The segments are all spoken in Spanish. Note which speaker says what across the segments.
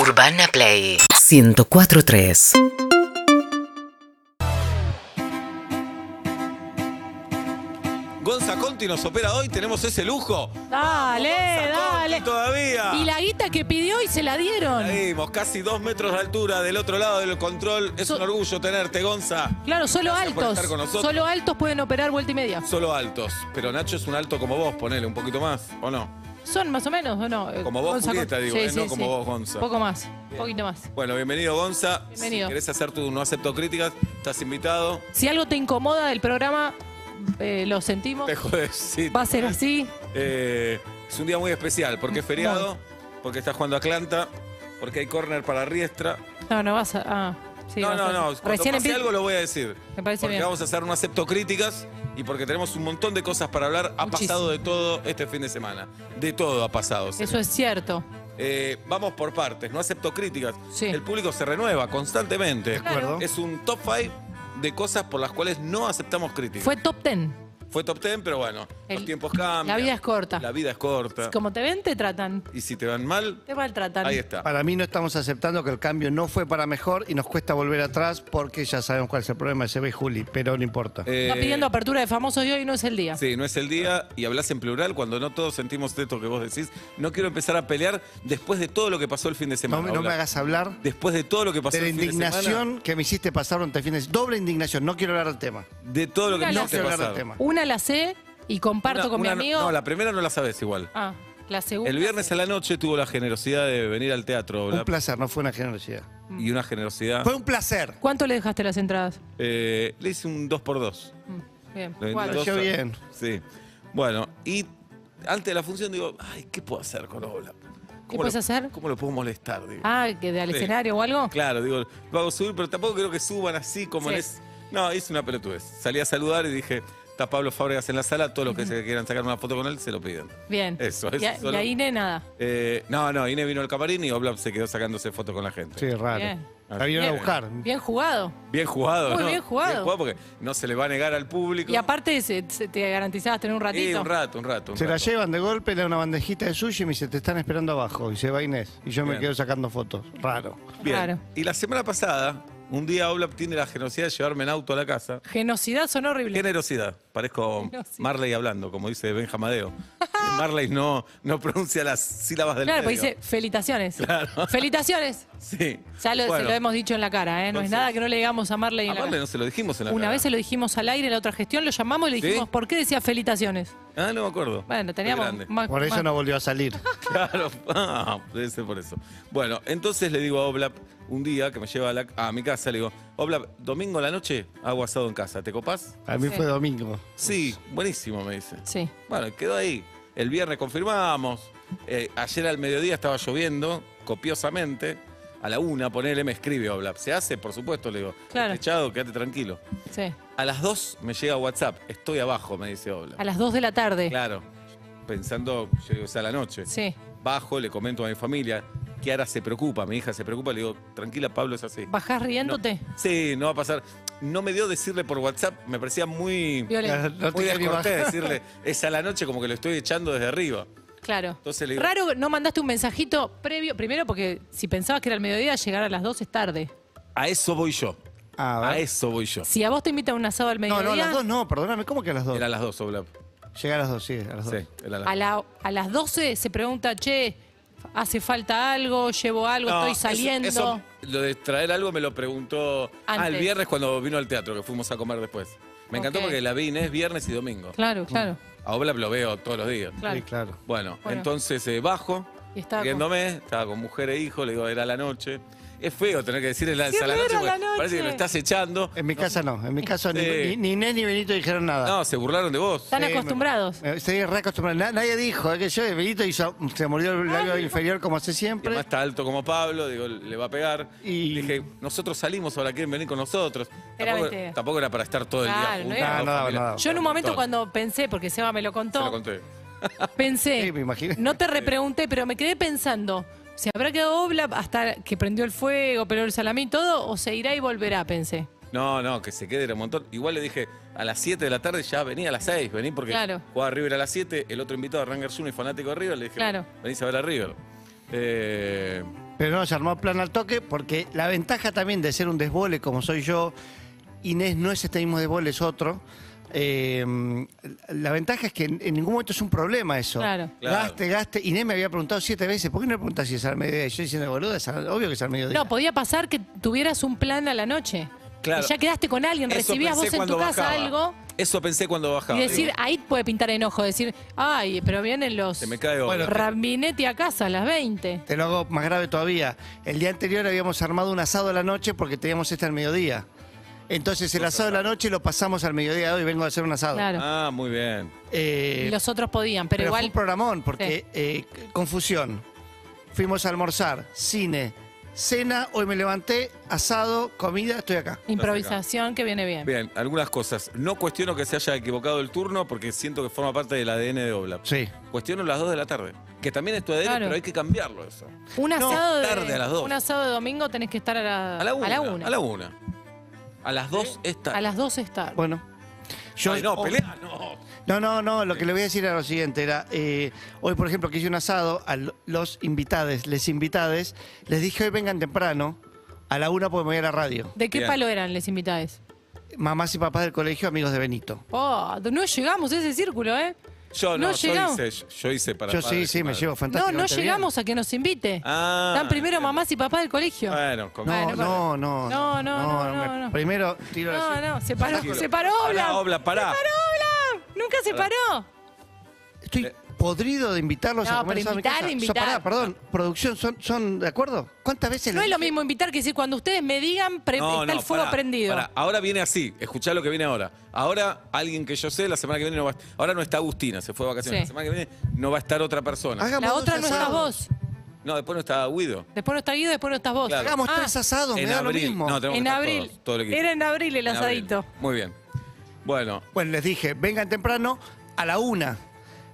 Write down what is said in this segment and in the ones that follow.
Speaker 1: Urbana Play 1043.
Speaker 2: Gonza Conti nos opera hoy, tenemos ese lujo.
Speaker 3: Dale,
Speaker 2: Gonza Conti
Speaker 3: dale.
Speaker 2: Todavía.
Speaker 3: Y la guita que pidió y se la dieron.
Speaker 2: Seguimos, casi dos metros de altura del otro lado del control. Es
Speaker 3: So-
Speaker 2: un orgullo tenerte, Gonza.
Speaker 3: Claro, solo
Speaker 2: Gracias por
Speaker 3: altos.
Speaker 2: estar con nosotros.
Speaker 3: Solo altos pueden operar vuelta y media.
Speaker 2: Solo altos, pero Nacho es un alto como vos, ponele un poquito más, ¿o no?
Speaker 3: ¿Son más o menos o no? Eh,
Speaker 2: Como vos,
Speaker 3: Gonza,
Speaker 2: Julieta,
Speaker 3: con-
Speaker 2: digo, eh, no como vos, Gonza.
Speaker 3: Poco más, poquito más.
Speaker 2: Bueno, bienvenido, Gonza.
Speaker 3: Bienvenido.
Speaker 2: Si querés hacer tu No Acepto Críticas, estás invitado.
Speaker 3: Si algo te incomoda del programa, eh, lo sentimos.
Speaker 2: Te jodes, sí.
Speaker 3: Va a ser así.
Speaker 2: Eh, es un día muy especial, porque es feriado, porque está jugando Atlanta, porque hay córner para Riestra.
Speaker 3: No, no vas a. Ah, sí,
Speaker 2: no,
Speaker 3: vas
Speaker 2: no,
Speaker 3: a-
Speaker 2: no. Cuando
Speaker 3: Recién
Speaker 2: pase
Speaker 3: empie-
Speaker 2: algo lo voy a decir.
Speaker 3: Me parece
Speaker 2: porque
Speaker 3: bien.
Speaker 2: vamos a hacer un acepto críticas y porque tenemos un montón de cosas para hablar. Ha
Speaker 3: Muchísimo.
Speaker 2: pasado de todo este fin de semana. De todo ha pasado.
Speaker 3: Eso es cierto.
Speaker 2: Eh, vamos por partes. No acepto críticas.
Speaker 3: Sí.
Speaker 2: El público se renueva constantemente.
Speaker 3: Claro. acuerdo.
Speaker 2: Es un top 5 de cosas por las cuales no aceptamos críticas.
Speaker 3: Fue top ten.
Speaker 2: Fue top 10, pero bueno, los
Speaker 3: El-
Speaker 2: tiempos cambian.
Speaker 3: la vida es corta.
Speaker 2: La vida es corta.
Speaker 3: Como te ven, te tratan.
Speaker 2: Y si te van mal,
Speaker 3: Te maltratan.
Speaker 2: ahí está.
Speaker 4: Para mí no estamos aceptando que el cambio no fue para mejor y nos cuesta volver atrás porque ya sabemos cuál es el problema, se ve Juli, pero no importa.
Speaker 2: Eh,
Speaker 3: Está pidiendo apertura de famosos y hoy no es el día.
Speaker 2: Sí, no es el día y hablas en plural cuando no todos sentimos esto que vos decís. No quiero empezar a pelear después de todo lo que pasó el fin de
Speaker 4: no,
Speaker 2: semana.
Speaker 4: me- no me
Speaker 2: Paula.
Speaker 4: hagas hablar
Speaker 2: Después de todo lo que pasó
Speaker 4: de la
Speaker 2: el fin de semana.
Speaker 4: indignación que me hiciste pasar durante el fin de Doble indignación, no quiero hablar del tema.
Speaker 2: De todo lo que
Speaker 3: No
Speaker 2: me
Speaker 3: quiero
Speaker 2: hiciste
Speaker 4: hablar del
Speaker 2: pasar.
Speaker 4: tema.
Speaker 3: Una la sé y comparto
Speaker 2: Una-
Speaker 3: con
Speaker 2: una-
Speaker 3: mi amigo.
Speaker 2: No, la primera no la sabes igual.
Speaker 3: Ah, la segunda.
Speaker 2: El viernes a la noche tuvo la generosidad de venir al teatro la-
Speaker 4: Un placer, no fue una generosidad.
Speaker 2: y una generosidad.
Speaker 4: Fue un placer.
Speaker 3: ¿Cuánto le dejaste las entradas?
Speaker 2: Eh, le hice un 2 por 2
Speaker 3: Mm, Bien.
Speaker 2: Lo
Speaker 3: ¿Cuál?
Speaker 4: Bueno,
Speaker 2: endosa.
Speaker 4: yo bien.
Speaker 2: Sí. Bueno, y antes de la función digo, ay, ¿qué puedo hacer con Ola? ¿Cómo
Speaker 3: puedes
Speaker 2: lo-
Speaker 3: hacer?
Speaker 2: ¿Cómo lo puedo molestar? Digo.
Speaker 3: Ah, que de al
Speaker 2: Sí.
Speaker 3: escenario o algo.
Speaker 2: Claro, digo, lo hago subir, pero tampoco creo que suban así como
Speaker 3: Sí.
Speaker 2: en es. No, hice una pelotudez. Salí a saludar y dije, está Pablo Fábregas en la sala, todos los que se quieran sacar una foto con él se lo piden.
Speaker 3: Bien.
Speaker 2: Eso,
Speaker 3: Y,
Speaker 2: eso
Speaker 3: a- y
Speaker 2: solo.
Speaker 3: a Ine nada.
Speaker 2: Eh, no, no, Ine vino al camarín y Oblap se quedó sacándose fotos con la gente.
Speaker 4: Sí, raro.
Speaker 3: Bien.
Speaker 4: La vinieron a
Speaker 2: Bien.
Speaker 4: buscar.
Speaker 3: Bien jugado.
Speaker 2: Bien jugado,
Speaker 3: Muy
Speaker 2: ¿no?
Speaker 3: bien jugado.
Speaker 2: porque no se le va a negar al público.
Speaker 3: Y aparte se- se- te garantizabas tener un ratito.
Speaker 2: Eh, un rato, un rato. un
Speaker 4: Se la
Speaker 2: rato.
Speaker 4: llevan de golpe, le dan una bandejita de sushi y me dice, te están esperando abajo. Y se va Inés. Y yo
Speaker 2: Bien.
Speaker 4: me quedo sacando fotos. Raro.
Speaker 2: Bien.
Speaker 3: Claro.
Speaker 2: Y la semana pasada, un día Oblap tiene la generosidad de llevarme en auto a la casa.
Speaker 3: Genocidad son horribles.
Speaker 2: Generosidad. Parezco
Speaker 3: Generosidad.
Speaker 2: Marley hablando, como dice Benjamadeo. Marley no, no pronuncia las sílabas del
Speaker 3: Claro, pues
Speaker 2: medio.
Speaker 3: dice, felicitaciones.
Speaker 2: Claro.
Speaker 3: Felicitaciones.
Speaker 2: Sí.
Speaker 3: Ya lo, se
Speaker 2: Bueno,
Speaker 3: lo hemos dicho en la cara, ¿eh? No
Speaker 2: Entonces-
Speaker 3: es nada que no le digamos a Marley en
Speaker 2: a
Speaker 3: la
Speaker 2: Marley
Speaker 3: cara.
Speaker 2: no se lo dijimos en la
Speaker 3: Una
Speaker 2: cara.
Speaker 3: vez se lo dijimos al aire en la otra gestión, lo llamamos y le
Speaker 2: ¿Sí?
Speaker 3: dijimos, ¿por qué decía felicitaciones?
Speaker 2: Ah, no me acuerdo.
Speaker 3: Bueno,
Speaker 2: Qué grande.
Speaker 3: teníamos más.
Speaker 4: Por eso
Speaker 3: más-
Speaker 4: no volvió a salir.
Speaker 2: Claro, ah, debe ser por eso. Bueno, entonces le digo a Oblap un día que me lleva a, la- a mi casa, le digo, Oblap, domingo a la noche hago asado en casa, ¿te copás?
Speaker 4: A mí
Speaker 3: Sí.
Speaker 4: fue domingo.
Speaker 2: Sí, buenísimo, me dice.
Speaker 3: Sí.
Speaker 2: Bueno, quedó ahí. El viernes confirmamos. Eh, ayer al mediodía estaba lloviendo copiosamente. A la una, ponele, me escribe Oblap. ¿Se hace? Por supuesto, le digo.
Speaker 3: Claro.
Speaker 2: Echado, quédate tranquilo.
Speaker 3: Sí.
Speaker 2: A las dos me llega WhatsApp. Estoy abajo, me dice Oblap.
Speaker 3: A las 2 de la tarde.
Speaker 2: Claro. Pensando, yo digo, es a la noche.
Speaker 3: Sí.
Speaker 2: Bajo, le comento a mi familia. Kiara se preocupa, mi hija se preocupa. Le digo, tranquila, Pablo, es así.
Speaker 3: ¿Bajás
Speaker 2: No,
Speaker 3: riéndote?
Speaker 2: sí, no va a pasar. No me dio decirle por WhatsApp, me parecía muy,
Speaker 3: Violento.
Speaker 4: No
Speaker 2: muy
Speaker 4: te quería ni
Speaker 2: descortés
Speaker 4: bajar.
Speaker 2: decirle, es a la noche como que lo estoy echando desde arriba.
Speaker 3: Claro.
Speaker 2: Entonces le digo-
Speaker 3: Raro, no mandaste un mensajito previo. Primero, porque si pensabas que era el mediodía, llegar a las 2 es tarde.
Speaker 2: A eso voy yo.
Speaker 4: Ah,
Speaker 2: A,
Speaker 4: va.
Speaker 2: eso voy yo.
Speaker 3: Si a vos te invitan a un asado al
Speaker 4: No,
Speaker 3: mediodía,
Speaker 4: no, a las dos no, perdóname, ¿cómo que a las dos?
Speaker 2: Era a las dos, Oblap.
Speaker 4: Llega a las dos, sí, a las dos.
Speaker 2: Sí, era a las
Speaker 3: a, la- a las 12 se pregunta, che, hace falta algo, llevo algo,
Speaker 2: No,
Speaker 3: estoy
Speaker 2: eso-
Speaker 3: saliendo.
Speaker 2: eso- lo de traer algo me lo preguntó al
Speaker 3: Antes.
Speaker 2: viernes cuando vino al teatro, que fuimos a comer después. Me encantó
Speaker 3: Ok.
Speaker 2: porque la vi Inés viernes y domingo.
Speaker 3: Claro, claro,
Speaker 2: A Oblap lo veo todos los días.
Speaker 3: claro.
Speaker 4: Sí, Mm. claro.
Speaker 2: Bueno,
Speaker 3: Bueno.
Speaker 2: entonces eh, bajo,
Speaker 3: Y estaba con-
Speaker 2: riéndome, estaba con mujer e hijo, le digo, era la noche. Es feo tener que decir es la,
Speaker 3: Siempre
Speaker 2: es a la noche,
Speaker 3: era
Speaker 2: porque
Speaker 3: la noche.
Speaker 2: parece que lo estás echando.
Speaker 4: En mi casa no, en mi casa ni,
Speaker 2: Sí.
Speaker 4: ni- ni Inés ni Benito dijeron nada.
Speaker 2: No, se burlaron de vos.
Speaker 3: Están
Speaker 4: Sí, me-
Speaker 3: acostumbrados.
Speaker 4: Eh, Estoy re acostumbrado. Na- nadie dijo, eh, que yo, Benito hizo- se murió el labio inferior como hace
Speaker 2: Y además
Speaker 4: siempre.
Speaker 2: está alto como Pablo, digo, le va a pegar.
Speaker 4: Y-
Speaker 2: Dije, nosotros salimos, ahora quieren venir con nosotros.
Speaker 3: Era
Speaker 2: tampoco,
Speaker 3: mentira.
Speaker 2: tampoco era para estar todo el
Speaker 3: Claro, no
Speaker 2: día
Speaker 3: era-
Speaker 4: Ah,
Speaker 2: juntos.
Speaker 4: no daba,
Speaker 2: familia.
Speaker 4: no daba.
Speaker 3: Yo en un momento
Speaker 2: Todo.
Speaker 3: cuando pensé, porque Seba me lo
Speaker 2: Se lo
Speaker 3: contó,
Speaker 2: conté.
Speaker 3: pensé,
Speaker 4: Sí, me imaginé.
Speaker 3: no te repregunté, pero me quedé pensando, ¿se habrá quedado Obla hasta que prendió el fuego, pero el salamín, todo, o se irá y volverá? Pensé.
Speaker 2: No, no, que se quede era un montón. Igual le dije, a las 7 de la tarde ya vení a las 6, vení porque
Speaker 3: Claro.
Speaker 2: jugaba River a las 7, el otro invitado, Ranger Juni, fanático de River, le dije,
Speaker 3: Claro.
Speaker 2: venís a ver a River. Eh,
Speaker 4: Pero no se armó plan al toque porque la ventaja también de ser un desbole como soy yo, Inés no es este mismo desbole, es otro. eh, la ventaja es que en, en ningún momento es un problema eso.
Speaker 3: Claro.
Speaker 2: Claro.
Speaker 4: Gaste, gaste. Inés me había preguntado siete veces, ¿por qué no le preguntas si es al mediodía? Y Yo diciendo, boludo, es al- obvio que es al mediodía.
Speaker 3: No, podía pasar que tuvieras un plan a la noche.
Speaker 2: Claro.
Speaker 3: Y ya quedaste con alguien,
Speaker 2: Eso
Speaker 3: recibías
Speaker 2: pensé
Speaker 3: vos en tu
Speaker 2: cuando
Speaker 3: casa
Speaker 2: bajaba.
Speaker 3: algo
Speaker 2: Eso pensé cuando bajaba.
Speaker 3: y decir,
Speaker 2: Digo,
Speaker 3: ah, ahí puede pintar enojo, decir, ay, pero vienen los
Speaker 2: se me cae obra.
Speaker 4: Bueno,
Speaker 3: Rambinetti a casa a las 20.
Speaker 4: Te lo hago más grave todavía. El día anterior habíamos armado un asado a la noche porque teníamos este al mediodía. Entonces el asado de la noche lo pasamos al mediodía de hoy. Vengo a hacer un asado.
Speaker 3: Claro.
Speaker 2: Ah, muy bien.
Speaker 4: Eh,
Speaker 3: Y los otros podían, pero,
Speaker 4: pero fue
Speaker 3: igual.
Speaker 4: un programón porque eh, c- confusión. Fuimos a almorzar, cine, cena. Hoy me levanté, asado, comida. Estoy acá.
Speaker 3: Improvisación que viene bien.
Speaker 2: Bien, algunas cosas. No cuestiono que se haya equivocado el turno porque siento que forma parte del ADN de Oblap.
Speaker 4: Sí.
Speaker 2: Cuestiono las 2 de la tarde, que también es tu ADN,
Speaker 3: Claro.
Speaker 2: pero hay que cambiarlo eso.
Speaker 3: Un
Speaker 2: No,
Speaker 3: asado, de,
Speaker 2: tarde, a las dos.
Speaker 3: un asado de domingo tenés que estar a la,
Speaker 2: A la 1.
Speaker 3: A la una.
Speaker 2: A, una. A las 2 está.
Speaker 3: A las 12 estar.
Speaker 4: Bueno. Yo,
Speaker 2: Ay, no,
Speaker 4: oh,
Speaker 2: pelea, no.
Speaker 4: No, no, no, lo que le voy a decir era lo siguiente, era, eh, hoy por ejemplo que hice un asado a lo- los invitades, les invitades, les dije hoy vengan temprano, a la una porque me voy a la radio.
Speaker 3: ¿De qué
Speaker 2: Bien.
Speaker 3: palo eran les invitades?
Speaker 4: Mamás y papás del colegio, amigos de Benito.
Speaker 3: Oh, no llegamos a ese círculo, ¿eh?
Speaker 2: Yo no,
Speaker 3: No
Speaker 2: yo,
Speaker 3: llegamos.
Speaker 2: hice, yo, yo hice para
Speaker 4: Yo sí,
Speaker 2: padres y
Speaker 4: sí, me
Speaker 2: madres.
Speaker 4: llevo
Speaker 3: No,
Speaker 4: fantástico.
Speaker 3: no llegamos a que nos invite.
Speaker 2: Ah,
Speaker 3: Dan primero
Speaker 2: bien.
Speaker 3: mamás y papás del colegio.
Speaker 2: Bueno, con
Speaker 4: No,
Speaker 3: Bueno,
Speaker 4: no, no,
Speaker 3: No, no, no,
Speaker 4: me-
Speaker 3: no.
Speaker 4: Primero tiro la-
Speaker 3: No, no, se paró,
Speaker 2: Tranquilo.
Speaker 3: se paró Obla.
Speaker 2: Pará, Obla, pará.
Speaker 3: Se paró Obla. Nunca se
Speaker 2: Pará.
Speaker 3: paró.
Speaker 4: Estoy podrido de invitarlos
Speaker 3: No,
Speaker 4: a comer
Speaker 3: pero
Speaker 4: asado a mi
Speaker 3: invitar,
Speaker 4: casa. Yo,
Speaker 3: invitar.
Speaker 4: pará, perdón, producción, ¿son, son de acuerdo? ¿Cuántas veces
Speaker 3: No
Speaker 4: les
Speaker 3: es lo
Speaker 4: dije?
Speaker 3: mismo invitar que decir cuando ustedes me digan pre- está el fuego
Speaker 2: pará,
Speaker 3: prendido.
Speaker 2: pará. Ahora viene así, escuchá lo que viene ahora. Ahora alguien que yo sé, la semana que viene no va a Ahora no está Agustina, se fue de vacaciones.
Speaker 3: Sí.
Speaker 2: La semana que viene no va a estar otra persona.
Speaker 4: Hagamos
Speaker 3: La
Speaker 4: dos
Speaker 3: otra no estás
Speaker 4: asados.
Speaker 3: vos.
Speaker 2: No, después no está Guido.
Speaker 3: Después no está Guido, después no estás vos.
Speaker 2: Claro.
Speaker 4: Hagamos
Speaker 3: Ah,
Speaker 4: tres asados, me da lo mismo.
Speaker 2: No, tenemos que
Speaker 3: En
Speaker 2: estar
Speaker 3: abril.
Speaker 2: todos, todo el equipo.
Speaker 3: Era en abril el
Speaker 2: En abril.
Speaker 3: asadito.
Speaker 2: Muy bien. Bueno,
Speaker 4: Bueno, les dije, vengan temprano a la una.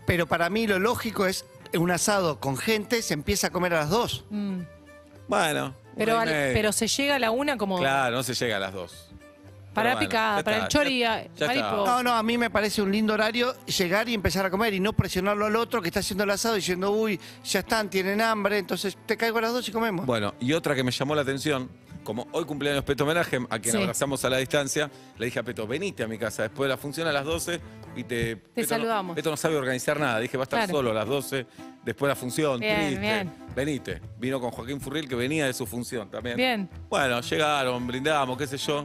Speaker 4: Pero para mí lo lógico es un asado con gente, se empieza a comer a las dos.
Speaker 3: Mm.
Speaker 2: bueno.
Speaker 3: Pero,
Speaker 2: una
Speaker 3: al-
Speaker 2: y media.
Speaker 3: pero se llega a la una como
Speaker 2: Claro, no se llega a las dos.
Speaker 3: para
Speaker 2: pero bueno,
Speaker 3: picada,
Speaker 2: ya
Speaker 3: para
Speaker 2: está,
Speaker 3: el chori
Speaker 2: ya-
Speaker 3: a-
Speaker 2: ya está.
Speaker 3: maripo.
Speaker 4: No, no, a mí me parece un lindo horario llegar y empezar a comer y no presionarlo al otro que está haciendo el asado diciendo, uy, ya están, tienen hambre, entonces te caigo a las dos y comemos.
Speaker 2: Bueno, y otra que me llamó la atención, como hoy cumpleaños Peto Homenaje, a quien
Speaker 3: Sí.
Speaker 2: abrazamos a la distancia, le dije a Peto, venite a mi casa después de la función a las 12 y te... Peto no-
Speaker 3: saludamos.
Speaker 2: Peto no sabe organizar nada, dije, va a estar
Speaker 3: Claro.
Speaker 2: solo a las 12, después de la función,
Speaker 3: Bien,
Speaker 2: triste.
Speaker 3: bien.
Speaker 2: Venite. Vino con Joaquín Furriel, que venía de su función también.
Speaker 3: Bien.
Speaker 2: Bueno, llegaron, brindamos, qué sé yo.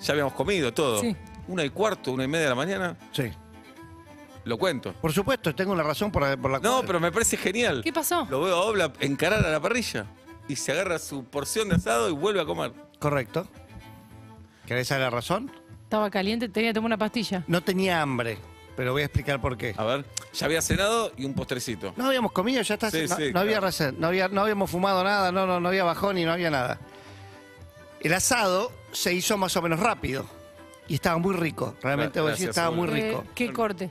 Speaker 2: Ya habíamos comido todo.
Speaker 3: Sí.
Speaker 2: Una y cuarto, una y media de la mañana,
Speaker 4: Sí.
Speaker 2: lo cuento.
Speaker 4: Por supuesto, tengo una razón por la, por la
Speaker 2: No,
Speaker 4: cual-
Speaker 2: pero me parece genial.
Speaker 3: ¿Qué pasó?
Speaker 2: Lo veo a Obla encarar a la parrilla y se agarra su porción de asado y vuelve a comer.
Speaker 4: Correcto. ¿Querés saber la razón?
Speaker 3: Estaba caliente, tenía que tomar una pastilla.
Speaker 4: No tenía hambre, pero voy a explicar por qué.
Speaker 2: A ver, ya había cenado y un postrecito.
Speaker 4: No habíamos comido, ya está.
Speaker 2: Sí,
Speaker 4: no,
Speaker 2: sí,
Speaker 4: no
Speaker 2: claro.
Speaker 4: había razón, no, había, no habíamos fumado nada, no, no, no había bajón y no había nada. El asado se hizo más o menos rápido y estaba muy rico. Realmente
Speaker 2: Gra-
Speaker 4: voy a decir,
Speaker 2: gracias,
Speaker 4: estaba muy
Speaker 2: Saúl.
Speaker 4: rico.
Speaker 3: Eh, qué corte.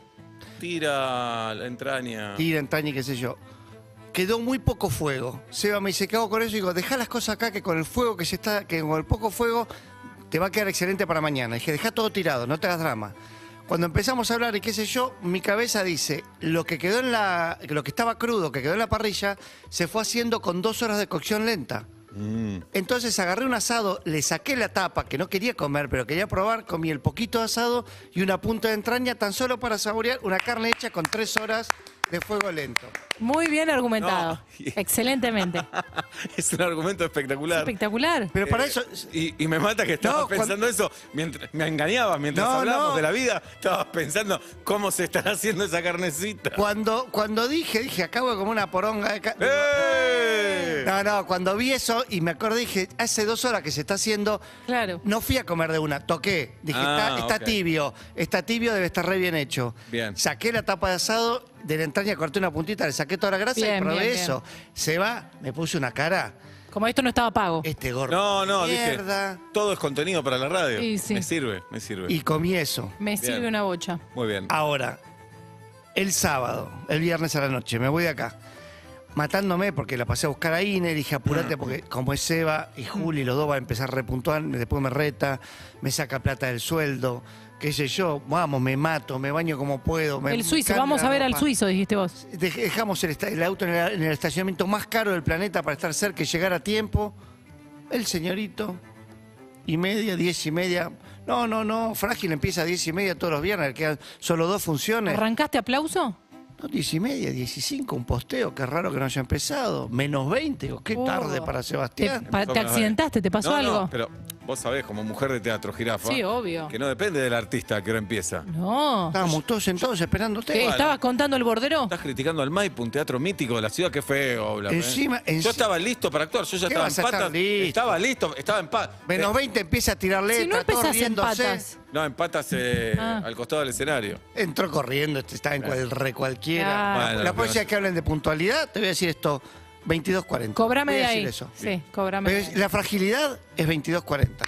Speaker 2: Tira la entraña.
Speaker 4: Tira, entraña y qué sé yo. Quedó muy poco fuego. Seba me dice, ¿qué hago con eso? Y digo, dejá las cosas acá que con el fuego que se está, que con el poco fuego te va a quedar excelente para mañana. Y dije, dejá todo tirado, no te hagas drama. Cuando empezamos a hablar y qué sé yo, mi cabeza dice, lo que quedó en la, lo que estaba crudo, que quedó en la parrilla, se fue haciendo con dos horas de cocción lenta.
Speaker 2: Mm.
Speaker 4: Entonces agarré un asado, le saqué la tapa, que no quería comer, pero quería probar, comí el poquito de asado y una punta de entraña tan solo para saborear una carne hecha con tres horas de fuego lento.
Speaker 3: Muy bien argumentado.
Speaker 2: No.
Speaker 3: Excelentemente.
Speaker 2: es un argumento espectacular.
Speaker 3: Espectacular.
Speaker 4: Pero para
Speaker 2: Eh,
Speaker 4: eso...
Speaker 2: Y, y me mata que estabas
Speaker 4: No,
Speaker 2: pensando eso. Mientras, me engañabas mientras
Speaker 4: No,
Speaker 2: hablábamos
Speaker 4: no.
Speaker 2: de la vida. Estabas pensando cómo se estará haciendo esa carnecita.
Speaker 4: Cuando, cuando dije, dije, acabo de comer una poronga de ca-
Speaker 2: ¡Eh!
Speaker 4: No, no, cuando vi eso y me acordé, dije, hace dos horas que se está haciendo,
Speaker 3: Claro.
Speaker 4: no fui a comer de una, toqué. Dije,
Speaker 2: Ah,
Speaker 4: está, está
Speaker 2: ok.
Speaker 4: tibio, está tibio, debe estar re bien hecho.
Speaker 2: Bien.
Speaker 4: Saqué la tapa de asado, de la entraña corté una puntita, le saqué toda la grasa y
Speaker 3: Bien,
Speaker 4: probé
Speaker 3: bien, Oh. bien.
Speaker 4: eso. Se va, me puse una cara.
Speaker 3: Como esto no estaba pago.
Speaker 4: Este gordo.
Speaker 2: No, no, dije.
Speaker 4: mierda.
Speaker 2: Todo es contenido para la radio.
Speaker 3: Sí, sí.
Speaker 2: Me sirve, me sirve.
Speaker 4: Y Ah, comí eso.
Speaker 3: Me sirve una bocha.
Speaker 2: Muy bien.
Speaker 4: Ahora, el sábado, el viernes a la noche, me voy de acá. matándome porque la pasé a buscar a Iner, dije
Speaker 3: Ah,
Speaker 4: apurate porque como es Seba
Speaker 3: Mm.
Speaker 4: y Juli, los dos van a empezar repuntual, después me reta, me saca plata del sueldo, qué sé yo, vamos, me mato, me baño como puedo. me
Speaker 3: El suizo,
Speaker 4: cambio
Speaker 3: vamos
Speaker 4: la
Speaker 3: a ver al
Speaker 4: ropa.
Speaker 3: suizo, dijiste vos.
Speaker 4: Dej- Dejamos el, esta- el auto en el, en el estacionamiento más caro del planeta para estar cerca y llegar a tiempo. El señorito, y media, diez y media. No, no, no, frágil empieza a diez y media todos los viernes, quedan solo dos funciones.
Speaker 3: ¿Arrancaste aplauso?
Speaker 4: No, diez y media, diez y cinco, un posteo, qué raro que no haya empezado. Menos 20, digo, qué
Speaker 3: Oh.
Speaker 4: tarde para
Speaker 3: ¿Te,
Speaker 4: Sebastián.
Speaker 3: pa- te accidentaste? ¿Te pasó
Speaker 2: No, no,
Speaker 3: algo?
Speaker 2: pero vos sabés, como mujer de teatro, jirafa.
Speaker 3: Sí, obvio.
Speaker 2: Que no depende del artista que lo empieza.
Speaker 3: No.
Speaker 4: Estábamos todos sentados
Speaker 3: ¿Qué,
Speaker 4: esperándote.
Speaker 3: ¿Estabas contando el bordero?
Speaker 2: Estás criticando al Maipo, un teatro mítico de la ciudad, qué feo, Oblap, ¿eh?
Speaker 4: Encima-
Speaker 2: Yo
Speaker 4: enci-
Speaker 2: estaba listo para actuar, yo ya
Speaker 4: ¿Qué
Speaker 2: estaba
Speaker 4: vas
Speaker 2: en
Speaker 4: a estar
Speaker 2: patas.
Speaker 4: listo?
Speaker 2: Estaba listo, estaba en patas.
Speaker 4: Menos 20 empieza a tirar letras,
Speaker 3: Si no
Speaker 4: todos
Speaker 3: empezás en
Speaker 4: riéndose.
Speaker 3: patas.
Speaker 2: No, en patas eh,
Speaker 3: Ah.
Speaker 2: al costado del escenario.
Speaker 4: Entró corriendo, este estaba en cual, re cualquiera.
Speaker 3: Ah.
Speaker 2: Bueno,
Speaker 4: la
Speaker 2: pero-
Speaker 4: poesía que hablen de puntualidad, te voy a decir esto, 22.40.
Speaker 3: Cobrame
Speaker 4: Voy a
Speaker 3: de
Speaker 4: decir
Speaker 3: ahí.
Speaker 4: eso.
Speaker 3: Sí, cobrame.
Speaker 4: Pero
Speaker 3: de
Speaker 4: es-
Speaker 3: ahí.
Speaker 4: la fragilidad es 22.40.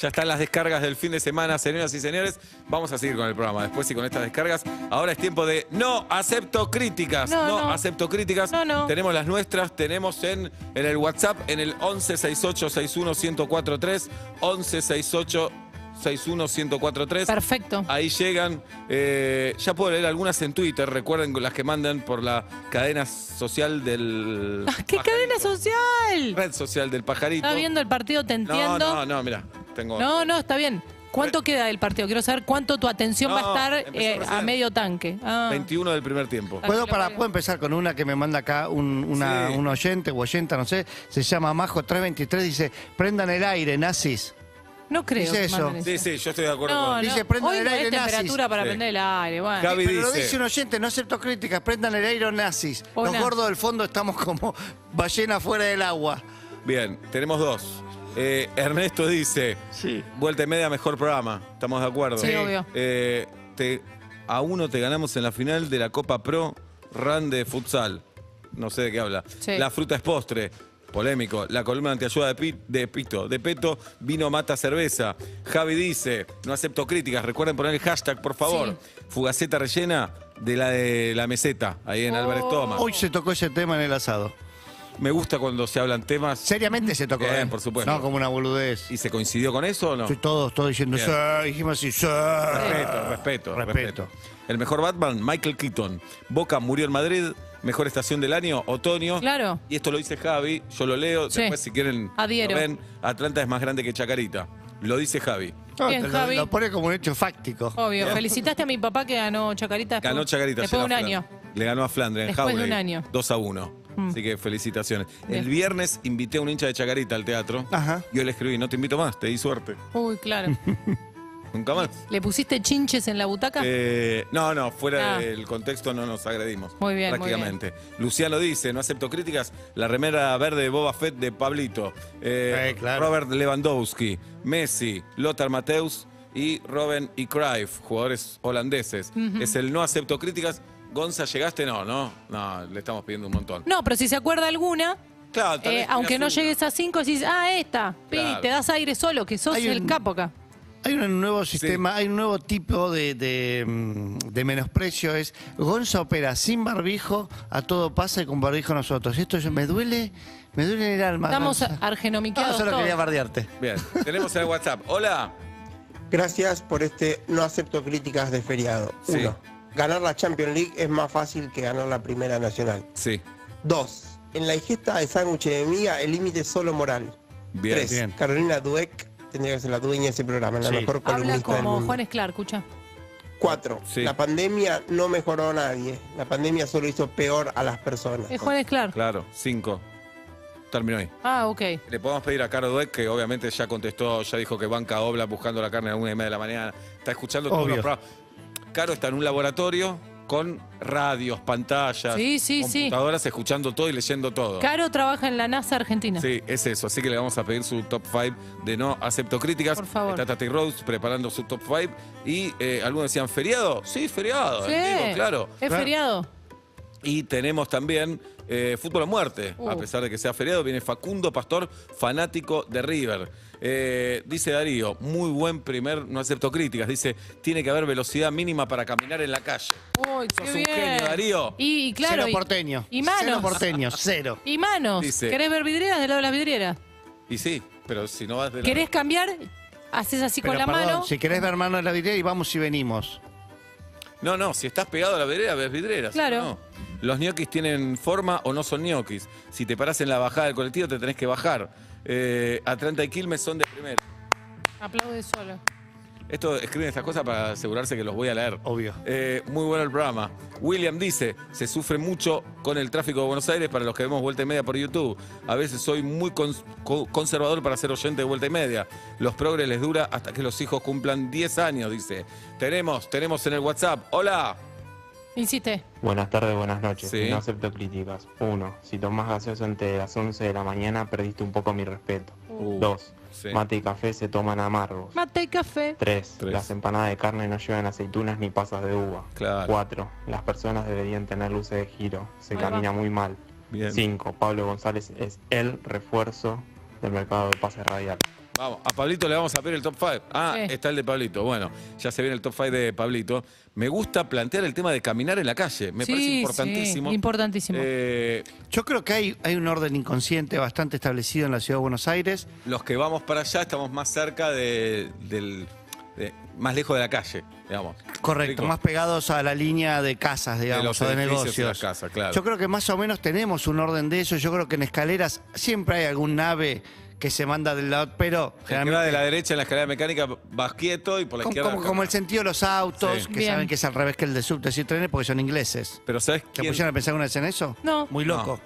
Speaker 2: Ya están las descargas del fin de semana, señoras y señores. Vamos a seguir con el programa después y con estas descargas. Ahora es tiempo de no acepto críticas. No,
Speaker 3: No, no.
Speaker 2: acepto críticas.
Speaker 3: No, no.
Speaker 2: Tenemos las nuestras, tenemos en, en el WhatsApp en el 1168-61-1043. 1168-61-1043.
Speaker 3: Perfecto. ¡Ah,
Speaker 2: Ahí llegan. eh, ya puedo leer algunas en Twitter. Recuerden las que mandan por la cadena social del.
Speaker 3: Ah, ¡Qué
Speaker 2: pajarito.
Speaker 3: cadena social!
Speaker 2: Red social del pajarito.
Speaker 3: Estaba viendo el partido, te
Speaker 2: no,
Speaker 3: entiendo.
Speaker 2: no, no, mira. Tengo.
Speaker 3: No, no, está bien. ¿Cuánto queda del partido? Quiero saber cuánto tu atención
Speaker 2: No,
Speaker 3: va a estar
Speaker 2: empezó
Speaker 3: eh, a
Speaker 2: recién.
Speaker 3: medio tanque. Ah.
Speaker 2: 21 del primer tiempo.
Speaker 3: Ah,
Speaker 4: ¿Puedo,
Speaker 3: que lo
Speaker 4: para,
Speaker 3: parió.
Speaker 4: ¿Puedo empezar con una que me manda acá un, una-
Speaker 2: Sí.
Speaker 4: un oyente o oyenta, no sé? Se llama Majo323, dice, prendan el aire, nazis.
Speaker 3: No creo.
Speaker 4: Dice
Speaker 3: que
Speaker 4: eso.
Speaker 3: manden
Speaker 2: Sí, sí, yo estoy de acuerdo
Speaker 3: No,
Speaker 2: con
Speaker 4: Dice,
Speaker 3: no.
Speaker 4: prendan
Speaker 3: Hoy
Speaker 4: el
Speaker 3: no
Speaker 4: aire,
Speaker 3: es temperatura
Speaker 4: nazis.
Speaker 3: para
Speaker 2: Sí.
Speaker 3: prender el aire. Bueno.
Speaker 2: Gaby
Speaker 4: Pero lo
Speaker 2: dice-
Speaker 4: dice un oyente, no acepto críticas, prendan el aire, nazis.
Speaker 3: O
Speaker 4: Los
Speaker 3: nazis.
Speaker 4: gordos del fondo estamos como ballena fuera del agua.
Speaker 2: Bien, tenemos dos. Eh, Ernesto dice,
Speaker 4: Sí.
Speaker 2: vuelta y media, mejor programa. Estamos de acuerdo.
Speaker 3: Sí, obvio.
Speaker 2: Eh, te- a uno te ganamos en la final de la Copa Pro Run de Futsal. No sé de qué habla.
Speaker 3: Sí.
Speaker 2: La fruta es postre. Polémico. La columna antiayuda de, pi- de Pito. De Peto, vino mata cerveza. Javi dice, no acepto críticas. Recuerden poner el hashtag, por favor. Fugaceta rellena de la de la meseta, ahí en Álvarez
Speaker 3: Oh.
Speaker 2: Toma.
Speaker 4: Hoy se tocó ese tema en el asado.
Speaker 2: Me gusta cuando se hablan temas.
Speaker 4: Seriamente se tocó.
Speaker 2: Bien,
Speaker 4: ¿eh?
Speaker 2: por supuesto.
Speaker 4: No como una boludez.
Speaker 2: ¿Y se coincidió con eso o no?
Speaker 4: Sí, todos, todos diciendo,
Speaker 2: Bien.
Speaker 4: "Sí", dijimos así, "Sí".
Speaker 2: Respeto, respeto,
Speaker 4: Respeto.
Speaker 2: respeto. El mejor Batman, Michael Keaton. Boca murió en Madrid, mejor estación del año, otoño.
Speaker 3: Claro.
Speaker 2: Y esto lo dice Javi, yo lo leo,
Speaker 3: Sí.
Speaker 2: después si quieren
Speaker 3: Adhiero.
Speaker 2: lo ven. Atlanta es más grande que Chacarita. Lo dice Javi.
Speaker 4: No,
Speaker 3: Bien,
Speaker 4: te lo,
Speaker 3: Javi. Oh.
Speaker 4: lo pone como un hecho fáctico.
Speaker 3: Obvio. Felicitaste a mi papá que ganó Chacarita.
Speaker 2: Ganó
Speaker 3: después-
Speaker 2: Chacarita.
Speaker 3: Después de un
Speaker 2: ayer a
Speaker 3: año.
Speaker 2: Flandre. Le ganó a Flandre en
Speaker 3: Después de
Speaker 2: Jauregui,
Speaker 3: un año. Mm.
Speaker 2: 2 a 1. Así que felicitaciones. El
Speaker 3: Bien.
Speaker 2: viernes invité a un hincha de Chacarita al teatro.
Speaker 4: Ajá.
Speaker 2: Yo le escribí, no te invito más, te di suerte.
Speaker 3: Uy, claro.
Speaker 2: Nunca más.
Speaker 3: ¿Le pusiste chinches en la butaca?
Speaker 2: Eh, no, no, fuera
Speaker 3: Ah.
Speaker 2: del contexto no nos agredimos.
Speaker 3: Muy bien, muy
Speaker 2: Prácticamente. Luciano dice, no acepto críticas, la remera verde de Boba Fett de Pablito. Eh,
Speaker 4: Eh, claro.
Speaker 2: Robert Lewandowski, Messi, Lothar Mateus y Robin y Cruyff, jugadores holandeses. Es el no acepto críticas. Gonza, ¿llegaste? No, no, no, le estamos pidiendo un montón.
Speaker 3: No, pero si se acuerda alguna,
Speaker 2: Claro, tal
Speaker 3: eh,
Speaker 2: vez
Speaker 3: aunque no
Speaker 2: tengas una.
Speaker 3: llegues a cinco, decís, ah, esta. Pi,
Speaker 2: Claro.
Speaker 3: Te das aire solo, que sos
Speaker 4: Hay
Speaker 3: el
Speaker 4: un-
Speaker 3: capo acá.
Speaker 4: Hay un nuevo sistema, hay un nuevo tipo de, de, mm, de menosprecio. Es Gonza opera sin barbijo, a todo pasa y con barbijo nosotros. Esto yo- me duele, me duele en el alma.
Speaker 3: Estamos
Speaker 4: Gonza.
Speaker 3: argenomiqueados
Speaker 4: No, solo
Speaker 3: todos.
Speaker 4: quería bardearte.
Speaker 2: Bien, tenemos el WhatsApp. Hola.
Speaker 5: Gracias por este no acepto críticas de feriado.
Speaker 2: Sí.
Speaker 5: Uno, ganar la Champions League es más fácil que ganar la Primera Nacional.
Speaker 2: Sí,
Speaker 5: Dos, en la ingesta de sándwiches de miga el límite es solo moral.
Speaker 2: bien.
Speaker 5: Tres,
Speaker 4: bien.
Speaker 5: Carolina Dueck tendría que ser la dueña de ese programa, la
Speaker 4: Sí.
Speaker 5: mejor
Speaker 3: Habla
Speaker 5: columnista del
Speaker 3: como
Speaker 5: mundo.
Speaker 3: Juan Esclar, escucha.
Speaker 5: Cuatro,
Speaker 2: Sí.
Speaker 5: la pandemia no mejoró a nadie. La pandemia solo hizo peor a las personas.
Speaker 3: Es Juan Esclar.
Speaker 2: Claro, cinco. Terminó ahí.
Speaker 3: Ah, ok.
Speaker 2: Le podemos pedir a Caro Dueck, que obviamente ya contestó, ya dijo que banca obla buscando la carne a la una y media de la mañana. Está escuchando todos
Speaker 4: Obvio.
Speaker 2: los programas. Caro está en un laboratorio con radios, pantallas,
Speaker 3: Sí, sí, sí.
Speaker 2: computadoras, escuchando todo y leyendo todo.
Speaker 3: Caro trabaja en la NASA Argentina.
Speaker 2: Sí, es eso. Así que le vamos a pedir su top 5 de no acepto críticas.
Speaker 3: Por favor.
Speaker 2: Está Tati Rose preparando su top 5. Y eh, algunos decían, ¿feriado? Sí, feriado.
Speaker 3: Sí.
Speaker 2: en vivo, claro.
Speaker 3: Es feriado.
Speaker 2: Y tenemos también eh, fútbol a muerte.
Speaker 3: Uh.
Speaker 2: A pesar de que sea feriado, viene Facundo Pastor, fanático de River. Eh, dice Darío, muy buen primer, no acepto críticas. Dice, tiene que haber velocidad mínima para caminar en la calle.
Speaker 3: Uy, ¡Ay, qué
Speaker 2: Sos un
Speaker 3: bien!
Speaker 2: genio, Darío.
Speaker 3: Y, y claro.
Speaker 4: cero
Speaker 3: y-
Speaker 4: porteño.
Speaker 3: Y manos.
Speaker 4: Cero porteño, cero.
Speaker 3: Y manos.
Speaker 2: Dice-
Speaker 3: ¿Querés ver vidrieras del lado de las vidrieras?
Speaker 2: Y sí, pero si no vas de la-
Speaker 3: ¿Querés cambiar? Haces así
Speaker 4: Pero
Speaker 3: con la
Speaker 4: perdón,
Speaker 3: mano.
Speaker 4: si querés ver mano en la vidriera y vamos y venimos.
Speaker 2: No, no, si estás pegado a la vidriera, ves vidrieras.
Speaker 3: Claro.
Speaker 2: No. Los ñoquis tienen forma o no son ñoquis. Si te parás en la bajada del colectivo, te tenés que bajar. Eh, Atlanta y Quilmes son de primera.
Speaker 3: Aplaude solo.
Speaker 2: Esto escriben estas cosas para asegurarse que los voy a leer.
Speaker 4: Obvio.
Speaker 2: Eh, muy bueno el programa. William dice, se sufre mucho con el tráfico de Buenos Aires para los que vemos Vuelta y Media por YouTube. A veces soy muy cons- co- conservador para ser oyente de Vuelta y Media. Los progres les dura hasta que los hijos cumplan 10 años, dice. Tenemos, tenemos en el WhatsApp. Hola.
Speaker 3: Insiste.
Speaker 6: Buenas tardes, buenas noches.
Speaker 2: Sí.
Speaker 6: No acepto críticas. Uno, Si tomás gaseoso antes de las 11 de la mañana, perdiste un poco mi respeto.
Speaker 2: Uh,
Speaker 6: Dos,
Speaker 2: sí.
Speaker 6: Mate y café se toman amargos.
Speaker 3: Mate y café.
Speaker 6: Tres,
Speaker 2: Tres.
Speaker 6: Las empanadas de carne no llevan aceitunas ni pasas de uva.
Speaker 2: Claro.
Speaker 6: Cuatro, Las personas deberían tener luces de giro. Se
Speaker 3: Ahí va.
Speaker 6: camina muy mal.
Speaker 2: Bien.
Speaker 6: Cinco, Pablo González es el refuerzo del mercado de pases radial.
Speaker 2: Vamos, a Pablito le vamos a pedir el top 5. Ah,
Speaker 3: Sí.
Speaker 2: está el de Pablito. Bueno, ya se viene el top 5 de Pablito. Me gusta plantear el tema de caminar en la calle. Me
Speaker 3: Sí,
Speaker 2: parece
Speaker 3: sí,
Speaker 2: importantísimo.
Speaker 3: importantísimo.
Speaker 2: Eh,
Speaker 4: Yo creo que hay, hay un orden inconsciente bastante establecido en la ciudad de Buenos Aires.
Speaker 2: los que vamos para allá estamos más cerca de- del. de- más lejos de la calle, digamos.
Speaker 4: Correcto,
Speaker 2: Rico.
Speaker 4: más pegados a la línea de casas, digamos,
Speaker 2: los
Speaker 4: o de
Speaker 2: edificios y
Speaker 4: negocios.
Speaker 2: las casas, claro.
Speaker 4: Yo creo que más o menos tenemos un orden de eso. Yo creo que en escaleras siempre hay algún nave que se manda del lado, pero
Speaker 2: El que va de la derecha en la escalera mecánica vas quieto y por la
Speaker 4: como,
Speaker 2: izquierda.
Speaker 4: como- como el sentido de los autos,
Speaker 2: Sí.
Speaker 4: que
Speaker 3: Bien.
Speaker 4: saben que es al revés que el de subtes y trenes porque son ingleses.
Speaker 2: Pero ¿sabes
Speaker 4: ¿Te
Speaker 2: quién?
Speaker 4: pusieron a pensar una vez en eso?
Speaker 3: No.
Speaker 4: Muy
Speaker 2: No.
Speaker 4: loco.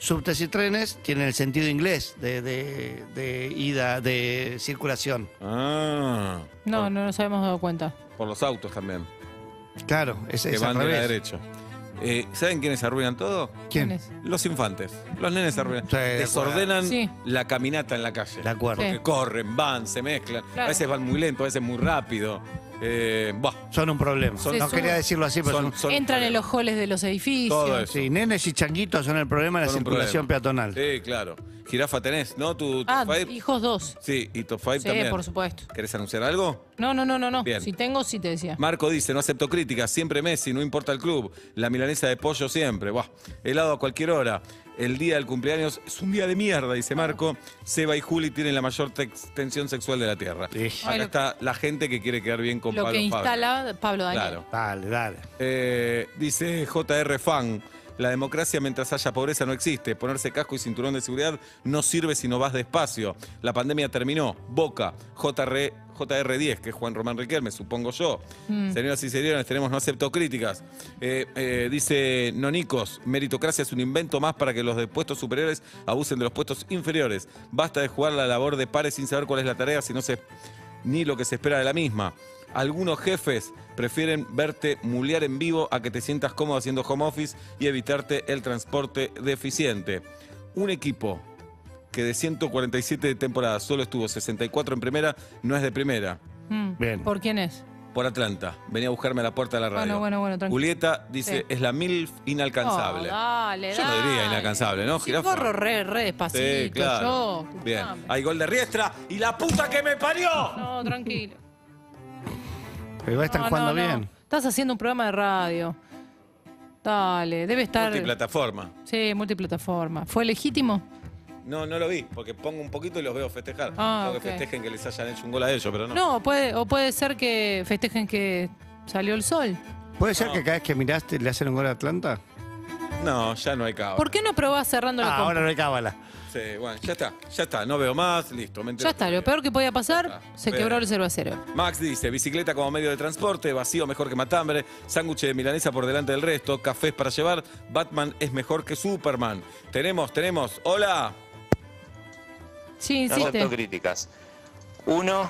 Speaker 4: Subtes y trenes tienen el sentido inglés de, de- de ida, de circulación.
Speaker 2: Ah,
Speaker 3: No, no nos habíamos dado cuenta.
Speaker 2: por los autos también,
Speaker 4: Claro, es,
Speaker 2: que
Speaker 4: es al
Speaker 2: van de la
Speaker 4: revés.
Speaker 2: derecha. Eh, ¿Saben quiénes arruinan todo?
Speaker 4: ¿Quién?
Speaker 3: es?
Speaker 2: Los infantes. Los nenes arruinan.
Speaker 4: Sí, de acuerdo.
Speaker 2: Desordenan
Speaker 3: Sí.
Speaker 2: la caminata en la calle.
Speaker 4: De acuerdo.
Speaker 2: Porque
Speaker 3: Sí.
Speaker 2: corren, van, se mezclan. A
Speaker 3: Claro.
Speaker 2: veces van muy lento, a veces muy rápido. Eh, buah,
Speaker 4: Son un problema.
Speaker 2: Son-
Speaker 4: no
Speaker 3: Se
Speaker 4: quería
Speaker 3: suben.
Speaker 4: decirlo así, pero son,
Speaker 2: son- son-
Speaker 3: Entran en los holes de los edificios.
Speaker 2: Todo eso.
Speaker 4: Sí, nenes y changuitos son el problema de la
Speaker 2: Son un
Speaker 4: circulación
Speaker 2: problema.
Speaker 4: peatonal.
Speaker 2: Sí, claro. Jirafa tenés, ¿no? Tu, tu
Speaker 3: Ah,
Speaker 2: five.
Speaker 3: hijos dos.
Speaker 2: Sí, y Top 5
Speaker 3: Sí,
Speaker 2: también.
Speaker 3: por supuesto.
Speaker 2: ¿Querés anunciar algo?
Speaker 3: No, no, no, no, no.
Speaker 2: Bien.
Speaker 3: Si tengo, sí te decía.
Speaker 2: Marco dice, no acepto críticas, siempre Messi, no importa el club, la milanesa de pollo siempre, Buah, helado a cualquier hora, el día del cumpleaños es un día de mierda, dice Marco, Seba y Juli tienen la mayor tex- tensión sexual de la Tierra.
Speaker 4: Sí.
Speaker 2: Acá
Speaker 3: Ay, lo-
Speaker 2: está la gente que quiere quedar bien con
Speaker 3: Lo
Speaker 2: Pablo
Speaker 3: que
Speaker 2: Fabio.
Speaker 3: instala Pablo Daniel.
Speaker 2: Claro.
Speaker 4: Dale, dale.
Speaker 2: Eh, dice JR Fan, la democracia mientras haya pobreza no existe. Ponerse casco y cinturón de seguridad no sirve si no vas despacio. La pandemia terminó. Boca, JR, JR10, que es Juan Román Riquelme, supongo yo. Señoras y señores, tenemos no acepto críticas. Eh, eh, dice Nonicos, meritocracia es un invento más para que los de puestos superiores abusen de los puestos inferiores. Basta de jugar la labor de pares sin saber cuál es la tarea, si no se ni lo que se espera de la misma. Algunos jefes prefieren verte mulear en vivo a que te sientas cómodo haciendo home office y evitarte el transporte deficiente. Un equipo que de 147 temporadas solo estuvo 64 en primera, no es de primera.
Speaker 3: Mm.
Speaker 4: Bien.
Speaker 3: ¿Por quién es?
Speaker 2: Por Atlanta. Venía a buscarme a la puerta de la radio.
Speaker 3: Bueno, bueno, bueno, tranquilo.
Speaker 2: Julieta dice,
Speaker 3: Sí.
Speaker 2: es la MILF inalcanzable.
Speaker 3: Oh, dale,
Speaker 2: Yo no
Speaker 3: dale.
Speaker 2: diría inalcanzable, ¿no,
Speaker 3: Sí,
Speaker 2: jirafa?
Speaker 3: corro re, re
Speaker 2: Sí,
Speaker 3: despacito.
Speaker 2: claro.
Speaker 3: yo.
Speaker 2: Bien.
Speaker 3: Escuchame.
Speaker 2: Hay gol de Riestra y la puta que me parió.
Speaker 3: No, tranquilo.
Speaker 4: Pero igual están
Speaker 3: No,
Speaker 4: jugando
Speaker 3: no, no.
Speaker 4: bien.
Speaker 3: Estás haciendo un programa de radio. Dale, debe estar.
Speaker 2: Multiplataforma.
Speaker 3: Sí, multiplataforma. ¿Fue legítimo?
Speaker 2: No, no lo vi, porque pongo un poquito y los veo festejar.
Speaker 3: Ah,
Speaker 2: Tengo que
Speaker 3: ok.
Speaker 2: festejen que les hayan hecho un gol a ellos, pero no.
Speaker 3: No, puede, o puede ser que festejen que salió el sol.
Speaker 4: ¿Puede ser que cada vez que miraste le hacen un gol a Atlanta?
Speaker 2: No, ya no hay cabo.
Speaker 3: ¿Por qué no probás cerrando la
Speaker 4: Ah,
Speaker 3: compra?
Speaker 4: ahora no hay cábala.
Speaker 2: Sí, bueno, ya está, ya está, no veo más, listo. me
Speaker 3: Ya
Speaker 2: entero.
Speaker 3: está, lo peor que podía pasar,
Speaker 2: está.
Speaker 3: se
Speaker 2: Bien.
Speaker 3: quebró el cervecero.
Speaker 2: Max dice, bicicleta como medio de transporte, vacío mejor que matambre, sándwich de milanesa por delante del resto, cafés para llevar, Batman es mejor que Superman. Tenemos, tenemos, hola.
Speaker 3: Sí,
Speaker 6: No acepto
Speaker 3: insiste.
Speaker 6: críticas. Uno,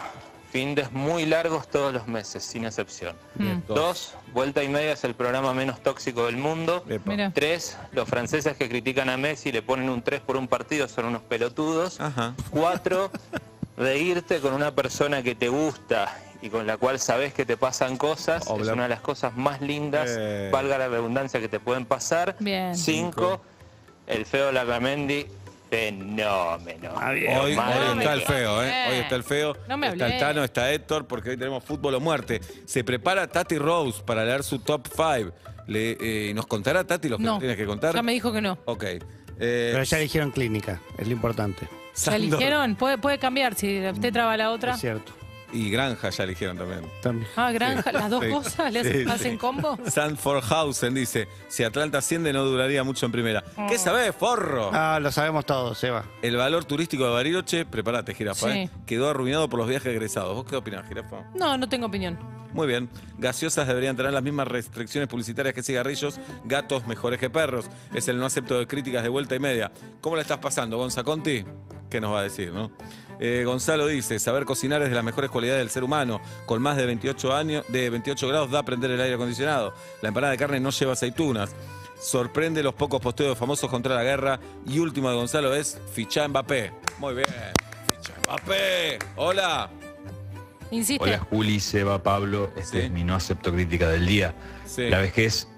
Speaker 6: fines muy largos todos los meses, sin excepción.
Speaker 3: Mm,
Speaker 6: Dos, vuelta y media es el programa menos tóxico del mundo.
Speaker 2: Epa.
Speaker 3: Mira.
Speaker 6: Tres, los franceses que critican a Messi y le ponen un 3 por un partido son unos pelotudos.
Speaker 2: Ajá.
Speaker 6: Cuatro, reírte con una persona que te gusta y con la cual sabes que te pasan cosas es
Speaker 2: Obla-
Speaker 6: una de las cosas más lindas,
Speaker 2: Eh.
Speaker 6: valga la redundancia, que te pueden pasar.
Speaker 3: Bien.
Speaker 6: Cinco, el feo Larramendi Fenómeno.
Speaker 4: Ah, bien.
Speaker 2: Hoy,
Speaker 6: Hermano.
Speaker 2: hoy está el feo, ¿eh?
Speaker 3: Eh.
Speaker 2: Hoy está el feo.
Speaker 3: No me
Speaker 2: está el
Speaker 3: hablé.
Speaker 2: Tano, está Héctor, porque hoy tenemos fútbol o muerte. Se prepara Tati Rose para leer su top 5. Le, eh, ¿Nos contará Tati los que
Speaker 3: No.
Speaker 2: nos tienes que contar?
Speaker 3: Ya me dijo que no.
Speaker 2: Ok. Eh,
Speaker 4: Pero ya eligieron clínica, es lo importante.
Speaker 3: ¿Ya
Speaker 2: Sandor
Speaker 3: eligieron? Puede, puede cambiar si usted traba la otra.
Speaker 4: Es cierto.
Speaker 2: Y Granja ya eligieron también.
Speaker 4: También.
Speaker 3: Ah, granja, las dos
Speaker 2: Sí,
Speaker 3: cosas le
Speaker 2: sí,
Speaker 3: hacen-
Speaker 2: sí.
Speaker 3: hacen combo.
Speaker 2: Sanfordhausen dice, si Atlanta asciende no duraría mucho en primera.
Speaker 3: Oh.
Speaker 2: ¿Qué sabés, forro?
Speaker 4: Ah, lo sabemos todos, Seba.
Speaker 2: El valor turístico de Bariloche, prepárate, jirafa,
Speaker 3: Sí.
Speaker 2: ¿eh? quedó arruinado por los viajes egresados. ¿Vos qué opinás, jirafa?
Speaker 3: No, no tengo opinión.
Speaker 2: Muy bien. Gaseosas deberían tener las mismas restricciones publicitarias que cigarrillos. Gatos mejores que perros. Es el no acepto de críticas de vuelta y media. ¿Cómo la estás pasando, Gonza Conti? ¿Qué nos va a decir, no? Eh, Gonzalo dice, saber cocinar es de las mejores cualidades del ser humano. Con más de 28, años, de 28 grados da a prender el aire acondicionado. La empanada de carne no lleva aceitunas. Sorprende los pocos posteos de famosos contra la guerra. Y último de Gonzalo es, fichá a Mbappé. Muy bien. Fichá a Mbappé. Hola.
Speaker 3: Insiste.
Speaker 7: Hola Juli, Seba, Pablo, este
Speaker 2: Sí.
Speaker 7: es mi no acepto crítica del día.
Speaker 2: Sí.
Speaker 7: La vejez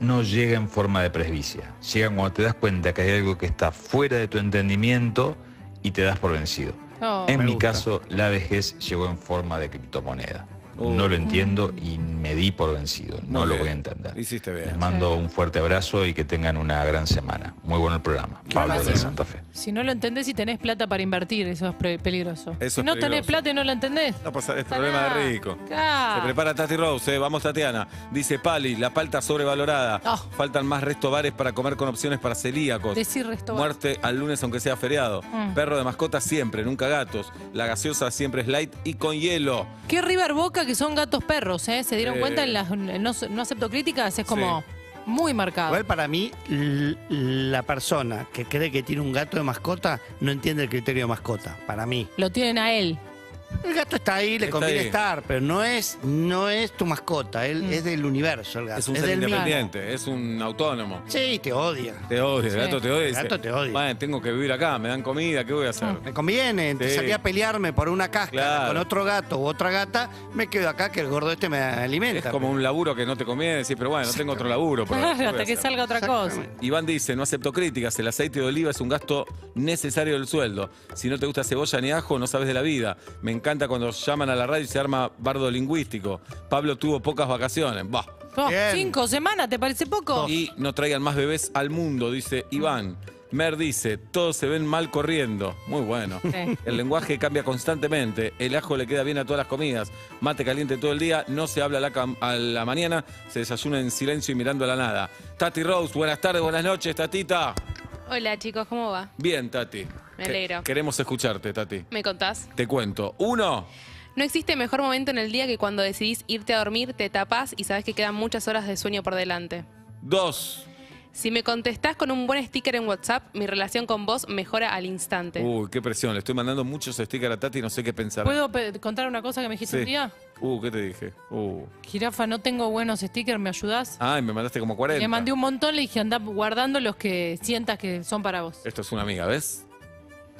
Speaker 7: no llega en forma de presbicia, llega cuando te das cuenta que hay algo que está fuera de tu entendimiento y te das por vencido.
Speaker 3: Oh.
Speaker 7: en
Speaker 4: Me
Speaker 7: mi
Speaker 4: gusta.
Speaker 7: caso, la vejez llegó en forma de criptomoneda.
Speaker 2: Uh.
Speaker 7: No lo entiendo y me di por vencido, no
Speaker 2: Muy
Speaker 7: lo
Speaker 2: bien.
Speaker 7: voy a entender.
Speaker 2: Hiciste bien.
Speaker 7: Les mando un fuerte abrazo y que tengan una gran semana. Muy bueno el programa. Pablo de
Speaker 3: fácil.
Speaker 7: Santa Fe.
Speaker 3: Si no lo entendés y tenés plata para invertir, eso es pre- peligroso.
Speaker 2: Eso es
Speaker 3: si no tenés
Speaker 2: peligroso.
Speaker 3: plata y no la entendés.
Speaker 2: No pasa, es problema
Speaker 3: nada.
Speaker 2: de rico.
Speaker 3: Claro.
Speaker 2: Se prepara Tati Rose, eh, vamos Tatiana. Dice Pali, la palta sobrevalorada.
Speaker 3: Ah.
Speaker 2: Faltan más resto bares para comer con opciones para celíacos.
Speaker 3: Decí resto bar.
Speaker 2: Muerte al lunes aunque sea feriado.
Speaker 3: Mm.
Speaker 2: Perro de mascota siempre, nunca gatos. La gaseosa siempre es light y con hielo.
Speaker 3: Qué River Boca que son gatos perros, ¿eh? ¿Se dieron
Speaker 2: Eh.
Speaker 3: cuenta en las en no, no acepto críticas? Es como
Speaker 2: Sí.
Speaker 3: muy marcado.
Speaker 4: Igual para mí, l- la persona que cree que tiene un gato de mascota no entiende el criterio de mascota. Para mí.
Speaker 3: Lo tienen a él.
Speaker 4: El gato está ahí, le
Speaker 2: Está
Speaker 4: conviene
Speaker 2: ahí.
Speaker 4: estar, pero no es, no es tu mascota, él
Speaker 3: Mm.
Speaker 4: es del universo el gato.
Speaker 2: Es un ser
Speaker 4: del mismo.
Speaker 2: independiente, es un autónomo.
Speaker 4: Sí, te odia.
Speaker 2: Te odia,
Speaker 3: Sí.
Speaker 2: el gato te odia. y
Speaker 4: El gato
Speaker 2: dice,
Speaker 4: te odia. Ah.
Speaker 2: "Bueno, tengo que vivir acá, me dan comida, ¿qué voy a hacer?
Speaker 4: Me conviene, te
Speaker 2: Sí.
Speaker 4: salí a pelearme por una cáscara
Speaker 2: Claro.
Speaker 4: con otro gato u otra gata, me quedo acá que el gordo este me
Speaker 2: Es
Speaker 4: alimenta.
Speaker 2: como un laburo que no te conviene, decís, pero bueno, no tengo otro laburo. pero ¿qué voy a
Speaker 3: Hasta que
Speaker 2: hacer?".
Speaker 3: salga otra cosa.
Speaker 2: Iván dice, no acepto críticas, el aceite de oliva es un gasto necesario del sueldo. Si no te gusta cebolla ni ajo, no sabes de la vida. Me encanta cuando llaman a la radio y se arma bardo lingüístico. Pablo tuvo pocas vacaciones. Bah.
Speaker 3: Oh,
Speaker 4: Bien.
Speaker 3: cinco semanas, ¿te parece poco?
Speaker 2: Y no traigan más bebés al mundo, dice Iván. Mer dice, todos se ven mal corriendo. Muy bueno.
Speaker 3: Sí.
Speaker 2: El lenguaje cambia constantemente. El ajo le queda bien a todas las comidas. Mate caliente todo el día. No se habla a la, cam- a la mañana. Se desayuna en silencio y mirando a la nada. Tati Rose, buenas tardes, buenas noches, Tatita.
Speaker 8: Hola chicos, ¿cómo va?
Speaker 2: Bien, Tati.
Speaker 8: Me
Speaker 2: Que-
Speaker 8: alegro.
Speaker 2: queremos escucharte, Tati.
Speaker 8: ¿Me contás?
Speaker 2: Te cuento. Uno,
Speaker 8: No existe mejor momento en el día que cuando decidís irte a dormir, te tapás y sabes que quedan muchas horas de sueño por delante.
Speaker 2: dos.
Speaker 8: Si me contestás con un buen sticker en WhatsApp, mi relación con vos mejora al instante.
Speaker 2: Uy, qué presión. Le estoy mandando muchos stickers a Tati y no sé qué pensar.
Speaker 3: ¿Puedo pe- contar una cosa que me dijiste
Speaker 2: Sí.
Speaker 3: un día?
Speaker 2: Uh, ¿qué te dije? Uh.
Speaker 3: Jirafa, no tengo buenos stickers, ¿me ayudás?
Speaker 2: Ay, me mandaste como 40.
Speaker 3: Le mandé un montón, le dije, andá guardando los que sientas que son para vos.
Speaker 2: Esto es una amiga, ¿ves?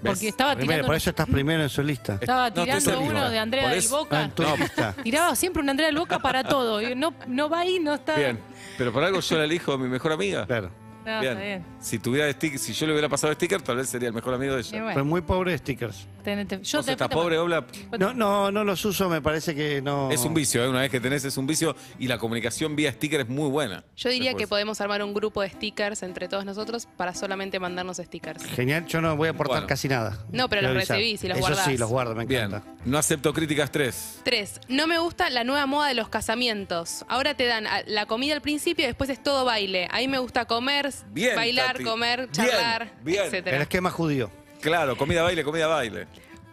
Speaker 2: ¿Ves?
Speaker 3: Porque estaba
Speaker 4: Primero,
Speaker 3: tirando,
Speaker 4: por eso estás primero en su lista.
Speaker 3: estaba
Speaker 2: No, te
Speaker 3: tirando
Speaker 2: serví,
Speaker 3: uno
Speaker 2: Nora.
Speaker 3: de Andrea
Speaker 2: Por
Speaker 3: del
Speaker 2: eso-
Speaker 4: Ah,
Speaker 3: Boca.
Speaker 4: en tu lista.
Speaker 3: Tiraba siempre un Andrea del Boca para todo. y No, no va ahí, no está.
Speaker 2: Bien. Pero por algo yo la elijo a mi mejor amiga.
Speaker 4: Claro.
Speaker 3: No,
Speaker 2: Bien.
Speaker 3: Ah, está bien.
Speaker 2: Si tuviera stick, si yo le hubiera pasado sticker, tal vez sería el mejor amigo de
Speaker 3: Y
Speaker 2: ella.
Speaker 3: bueno,
Speaker 4: Fue muy pobre de stickers.
Speaker 3: tenete- yo
Speaker 2: Entonces,
Speaker 3: te-
Speaker 2: esta pobre obla
Speaker 4: No, no, no los uso, me parece que no.
Speaker 2: es un vicio, ¿eh? una vez que tenés es un vicio y la comunicación vía sticker es muy buena.
Speaker 8: Yo diría
Speaker 2: Después.
Speaker 8: que podemos armar un grupo de stickers entre todos nosotros para solamente mandarnos stickers.
Speaker 4: Genial, yo no voy a aportar
Speaker 2: Bueno.
Speaker 4: casi nada.
Speaker 8: No, pero
Speaker 4: Quiero
Speaker 8: los
Speaker 4: avisar.
Speaker 8: recibís y los
Speaker 4: Eso
Speaker 8: guardás.
Speaker 4: sí, los guardo, me
Speaker 2: Bien,
Speaker 4: encanta.
Speaker 2: no acepto críticas 3.
Speaker 8: 3. No me gusta la nueva moda de los casamientos. Ahora te dan a- la comida al principio y después es todo baile. A mí me gusta comer,
Speaker 2: Bien,
Speaker 8: bailar,
Speaker 2: Tati.
Speaker 8: comer,
Speaker 2: Bien,
Speaker 8: charlar,
Speaker 2: bien.
Speaker 4: El
Speaker 8: etcétera.
Speaker 4: esquema judío.
Speaker 2: Claro, comida baile, comida baile.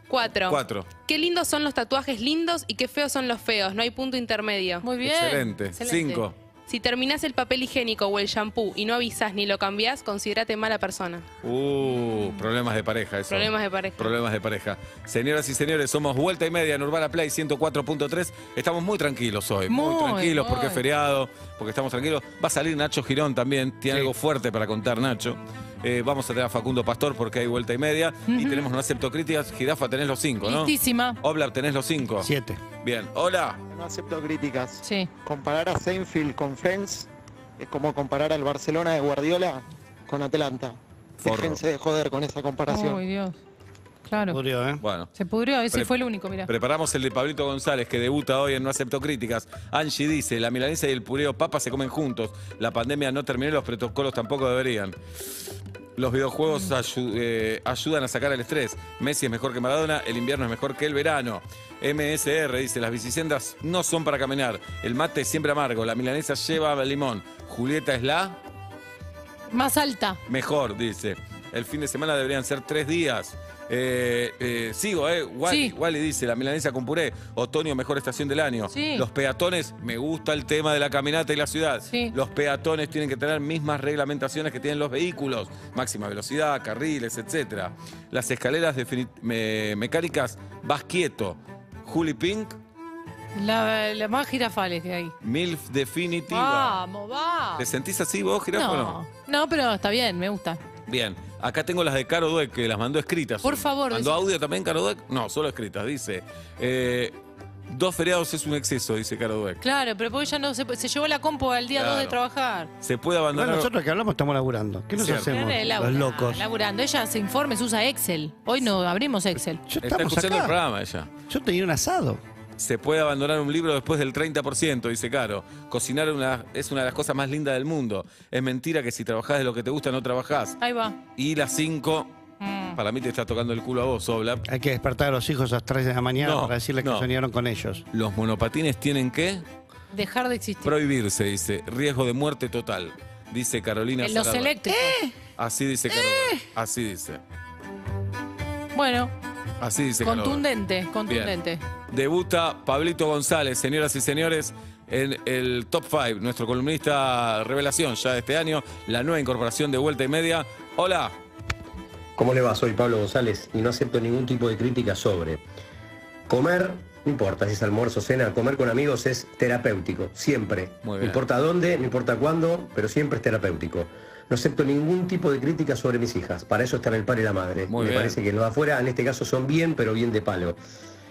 Speaker 8: 4.
Speaker 2: Cuatro.
Speaker 8: Qué lindos son los tatuajes lindos y qué feos son los feos. No hay punto intermedio.
Speaker 3: Muy bien.
Speaker 2: Excelente.
Speaker 3: excelente.
Speaker 2: Cinco.
Speaker 8: Si terminás el papel higiénico o el shampoo y no avisás ni lo cambiás, considerate mala persona.
Speaker 2: Uh, problemas de pareja, eso.
Speaker 8: Problemas de pareja.
Speaker 2: Problemas de pareja. Señoras y señores, somos Vuelta y Media en Urbana Play 104.3. Estamos muy tranquilos hoy. Muy,
Speaker 3: Muy,
Speaker 2: tranquilos porque
Speaker 3: muy.
Speaker 2: es feriado, porque estamos tranquilos. Va a salir Nacho Girón también. Tiene algo fuerte para contar, Nacho. Eh, vamos a tener a Facundo Pastor porque hay Vuelta y Media. Y tenemos No Acepto Críticas. Girafa, tenés los cinco, ¿no?
Speaker 3: Listísima.
Speaker 2: Obla, tenés los cinco.
Speaker 4: Siete.
Speaker 2: Bien. Hola.
Speaker 5: No acepto críticas.
Speaker 3: Sí.
Speaker 5: Comparar a Seinfeld con Friends es como comparar al Barcelona de Guardiola con Atlanta.
Speaker 2: Forro.
Speaker 5: Déjense de joder con esa comparación.
Speaker 3: Uy, Dios. Claro.
Speaker 4: Murió, ¿eh?
Speaker 2: Bueno.
Speaker 3: Se pudrió, ese
Speaker 2: Pre-
Speaker 3: fue el único, mira.
Speaker 2: Preparamos el de Pablito González, que debuta hoy en No Acepto Críticas. Angie dice, la milanesa y el pureo papa se comen juntos. La pandemia no terminó y los protocolos tampoco deberían. Los videojuegos ayu- eh, ayudan a sacar el estrés. Messi es mejor que Maradona, el invierno es mejor que el verano. MSR dice, las bicisendas no son para caminar. El mate es siempre amargo, la milanesa lleva limón. Julieta es la...
Speaker 3: Más alta.
Speaker 2: Mejor, dice. El fin de semana deberían ser tres días. Eh, eh, sigo, ¿eh? Wally,
Speaker 3: Sí.
Speaker 2: Wally dice, la milanesa con puré, otoño, mejor estación del año.
Speaker 3: Sí.
Speaker 2: Los peatones, me gusta el tema de la caminata y la ciudad.
Speaker 3: Sí.
Speaker 2: Los peatones tienen que tener mismas reglamentaciones que tienen los vehículos, máxima velocidad, carriles, etcétera. Las escaleras defini- me- mecánicas, vas quieto. Juli Pink,
Speaker 3: La, la más girafales que hay.
Speaker 2: MILF definitiva.
Speaker 3: Vamos, va.
Speaker 2: ¿Te sentís así vos, Jirafa, o
Speaker 3: Ah. No,
Speaker 2: no?
Speaker 3: no, pero está bien, me gusta.
Speaker 2: Bien, acá tengo las de Caro Dueck, que las mandó escritas.
Speaker 3: Por favor,
Speaker 2: ¿Mandó
Speaker 3: decí-
Speaker 2: audio también Caro Dueck? No, solo escritas, dice. eh, dos feriados es un exceso, dice Caro Dueck.
Speaker 3: Claro, pero porque ella no se, se llevó la compu al día 2 de
Speaker 2: Claro.
Speaker 3: trabajar.
Speaker 2: Se puede
Speaker 4: Igual
Speaker 2: abandonar...
Speaker 4: nosotros que hablamos estamos laburando. ¿Qué nos
Speaker 2: Cierto.
Speaker 4: hacemos?
Speaker 3: Claro,
Speaker 4: Los
Speaker 3: labura-
Speaker 4: locos.
Speaker 3: Laburando. Ella se informe, se usa Excel. Hoy no abrimos Excel.
Speaker 4: Yo
Speaker 2: Está
Speaker 4: estamos
Speaker 2: escuchando el
Speaker 4: acá.
Speaker 2: programa ella.
Speaker 4: Yo tenía un asado.
Speaker 2: Se puede abandonar un libro después del 30%, dice Caro. Cocinar una- es una de las cosas más lindas del mundo. Es mentira que si trabajás de lo que te gusta no trabajás.
Speaker 3: Ahí va. Mm.
Speaker 2: Y las 5, para mí te está tocando el culo a vos, Obla.
Speaker 4: Hay que despertar a los hijos a las 3 de la mañana
Speaker 2: No,
Speaker 4: para decirles
Speaker 2: no.
Speaker 4: que soñaron con ellos.
Speaker 2: Los monopatines tienen que
Speaker 3: Dejar de existir.
Speaker 2: prohibirse, dice. Riesgo de muerte total, dice Carolina.
Speaker 3: En Eh, los
Speaker 2: Sarabia.
Speaker 3: eléctricos.
Speaker 4: Eh.
Speaker 2: Así dice Caro.
Speaker 3: ¡Eh!
Speaker 2: Así dice.
Speaker 3: Bueno,
Speaker 2: Así dice Caro.
Speaker 3: contundente, contundente.
Speaker 2: Debuta Pablito González, señoras y señores, en el Top 5, nuestro columnista revelación ya de este año, la nueva incorporación de Vuelta y Media. Hola.
Speaker 9: ¿Cómo le va? Soy Pablo González y no acepto ningún tipo de crítica sobre comer, no importa si es almuerzo o cena, comer con amigos es terapéutico, siempre.
Speaker 2: Muy
Speaker 9: No
Speaker 2: bien.
Speaker 9: importa dónde, no importa cuándo, pero siempre es terapéutico. No acepto ningún tipo de crítica sobre mis hijas, para eso están el padre y la madre.
Speaker 2: Muy
Speaker 9: me
Speaker 2: bien.
Speaker 9: parece que los de afuera en este caso son bien, pero bien de palo.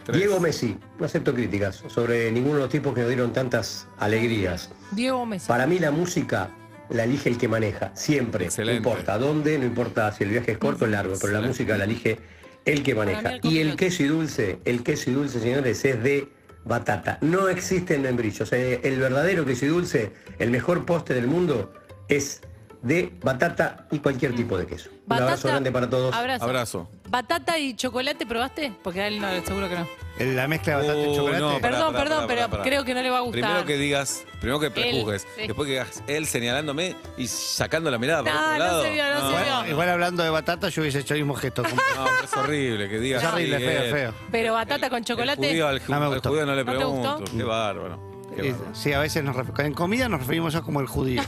Speaker 2: Tres.
Speaker 9: Diego Messi, no acepto críticas sobre ninguno de los tipos que nos dieron tantas alegrías.
Speaker 3: Diego Messi.
Speaker 9: Para mí la música la elige el que maneja, siempre.
Speaker 2: Excelente.
Speaker 9: No importa dónde, no importa si el viaje es corto o largo, pero la
Speaker 2: Excelente.
Speaker 9: música la elige el que
Speaker 3: Para mí
Speaker 9: maneja.
Speaker 3: el
Speaker 9: y el
Speaker 3: copiloto.
Speaker 9: queso y dulce, el queso y dulce, señores, es de batata. No existen membrillos. Eh, El verdadero queso y dulce, el mejor poste del mundo, es de batata y cualquier tipo de queso. Un abrazo grande para todos.
Speaker 3: Abrazo.
Speaker 2: Abrazo.
Speaker 3: ¿Batata y chocolate probaste? Porque a él no, seguro que no.
Speaker 4: El- La mezcla de batata
Speaker 2: Oh,
Speaker 4: y chocolate.
Speaker 2: no, pará,
Speaker 3: perdón,
Speaker 2: pará,
Speaker 3: perdón,
Speaker 2: pará,
Speaker 3: pero
Speaker 2: pará, pará.
Speaker 3: creo que no le va a gustar.
Speaker 2: Primero que digas, primero que prejuzgues,
Speaker 3: sí.
Speaker 2: después que digas él señalándome y sacando la mirada para
Speaker 3: No,
Speaker 2: otro
Speaker 3: no
Speaker 2: lado. Ah,
Speaker 3: se vio, no se
Speaker 4: Igual-
Speaker 3: vio.
Speaker 4: Igual hablando de batata, yo hubiese hecho el mismo gesto. como-
Speaker 2: No, pero es horrible que digas.
Speaker 4: es horrible,
Speaker 2: sí,
Speaker 4: feo,
Speaker 2: él.
Speaker 4: feo.
Speaker 3: Pero batata con
Speaker 2: El
Speaker 3: chocolate.
Speaker 2: judío, al, ju-
Speaker 4: No me
Speaker 2: al
Speaker 4: gustó.
Speaker 2: judío no le
Speaker 3: ¿No te
Speaker 2: pregunto.
Speaker 3: gustó?
Speaker 2: Qué bárbaro. Qué
Speaker 4: Eh,
Speaker 2: bárbaro.
Speaker 4: Sí, a veces nos ref- en comida nos referimos a como el judío.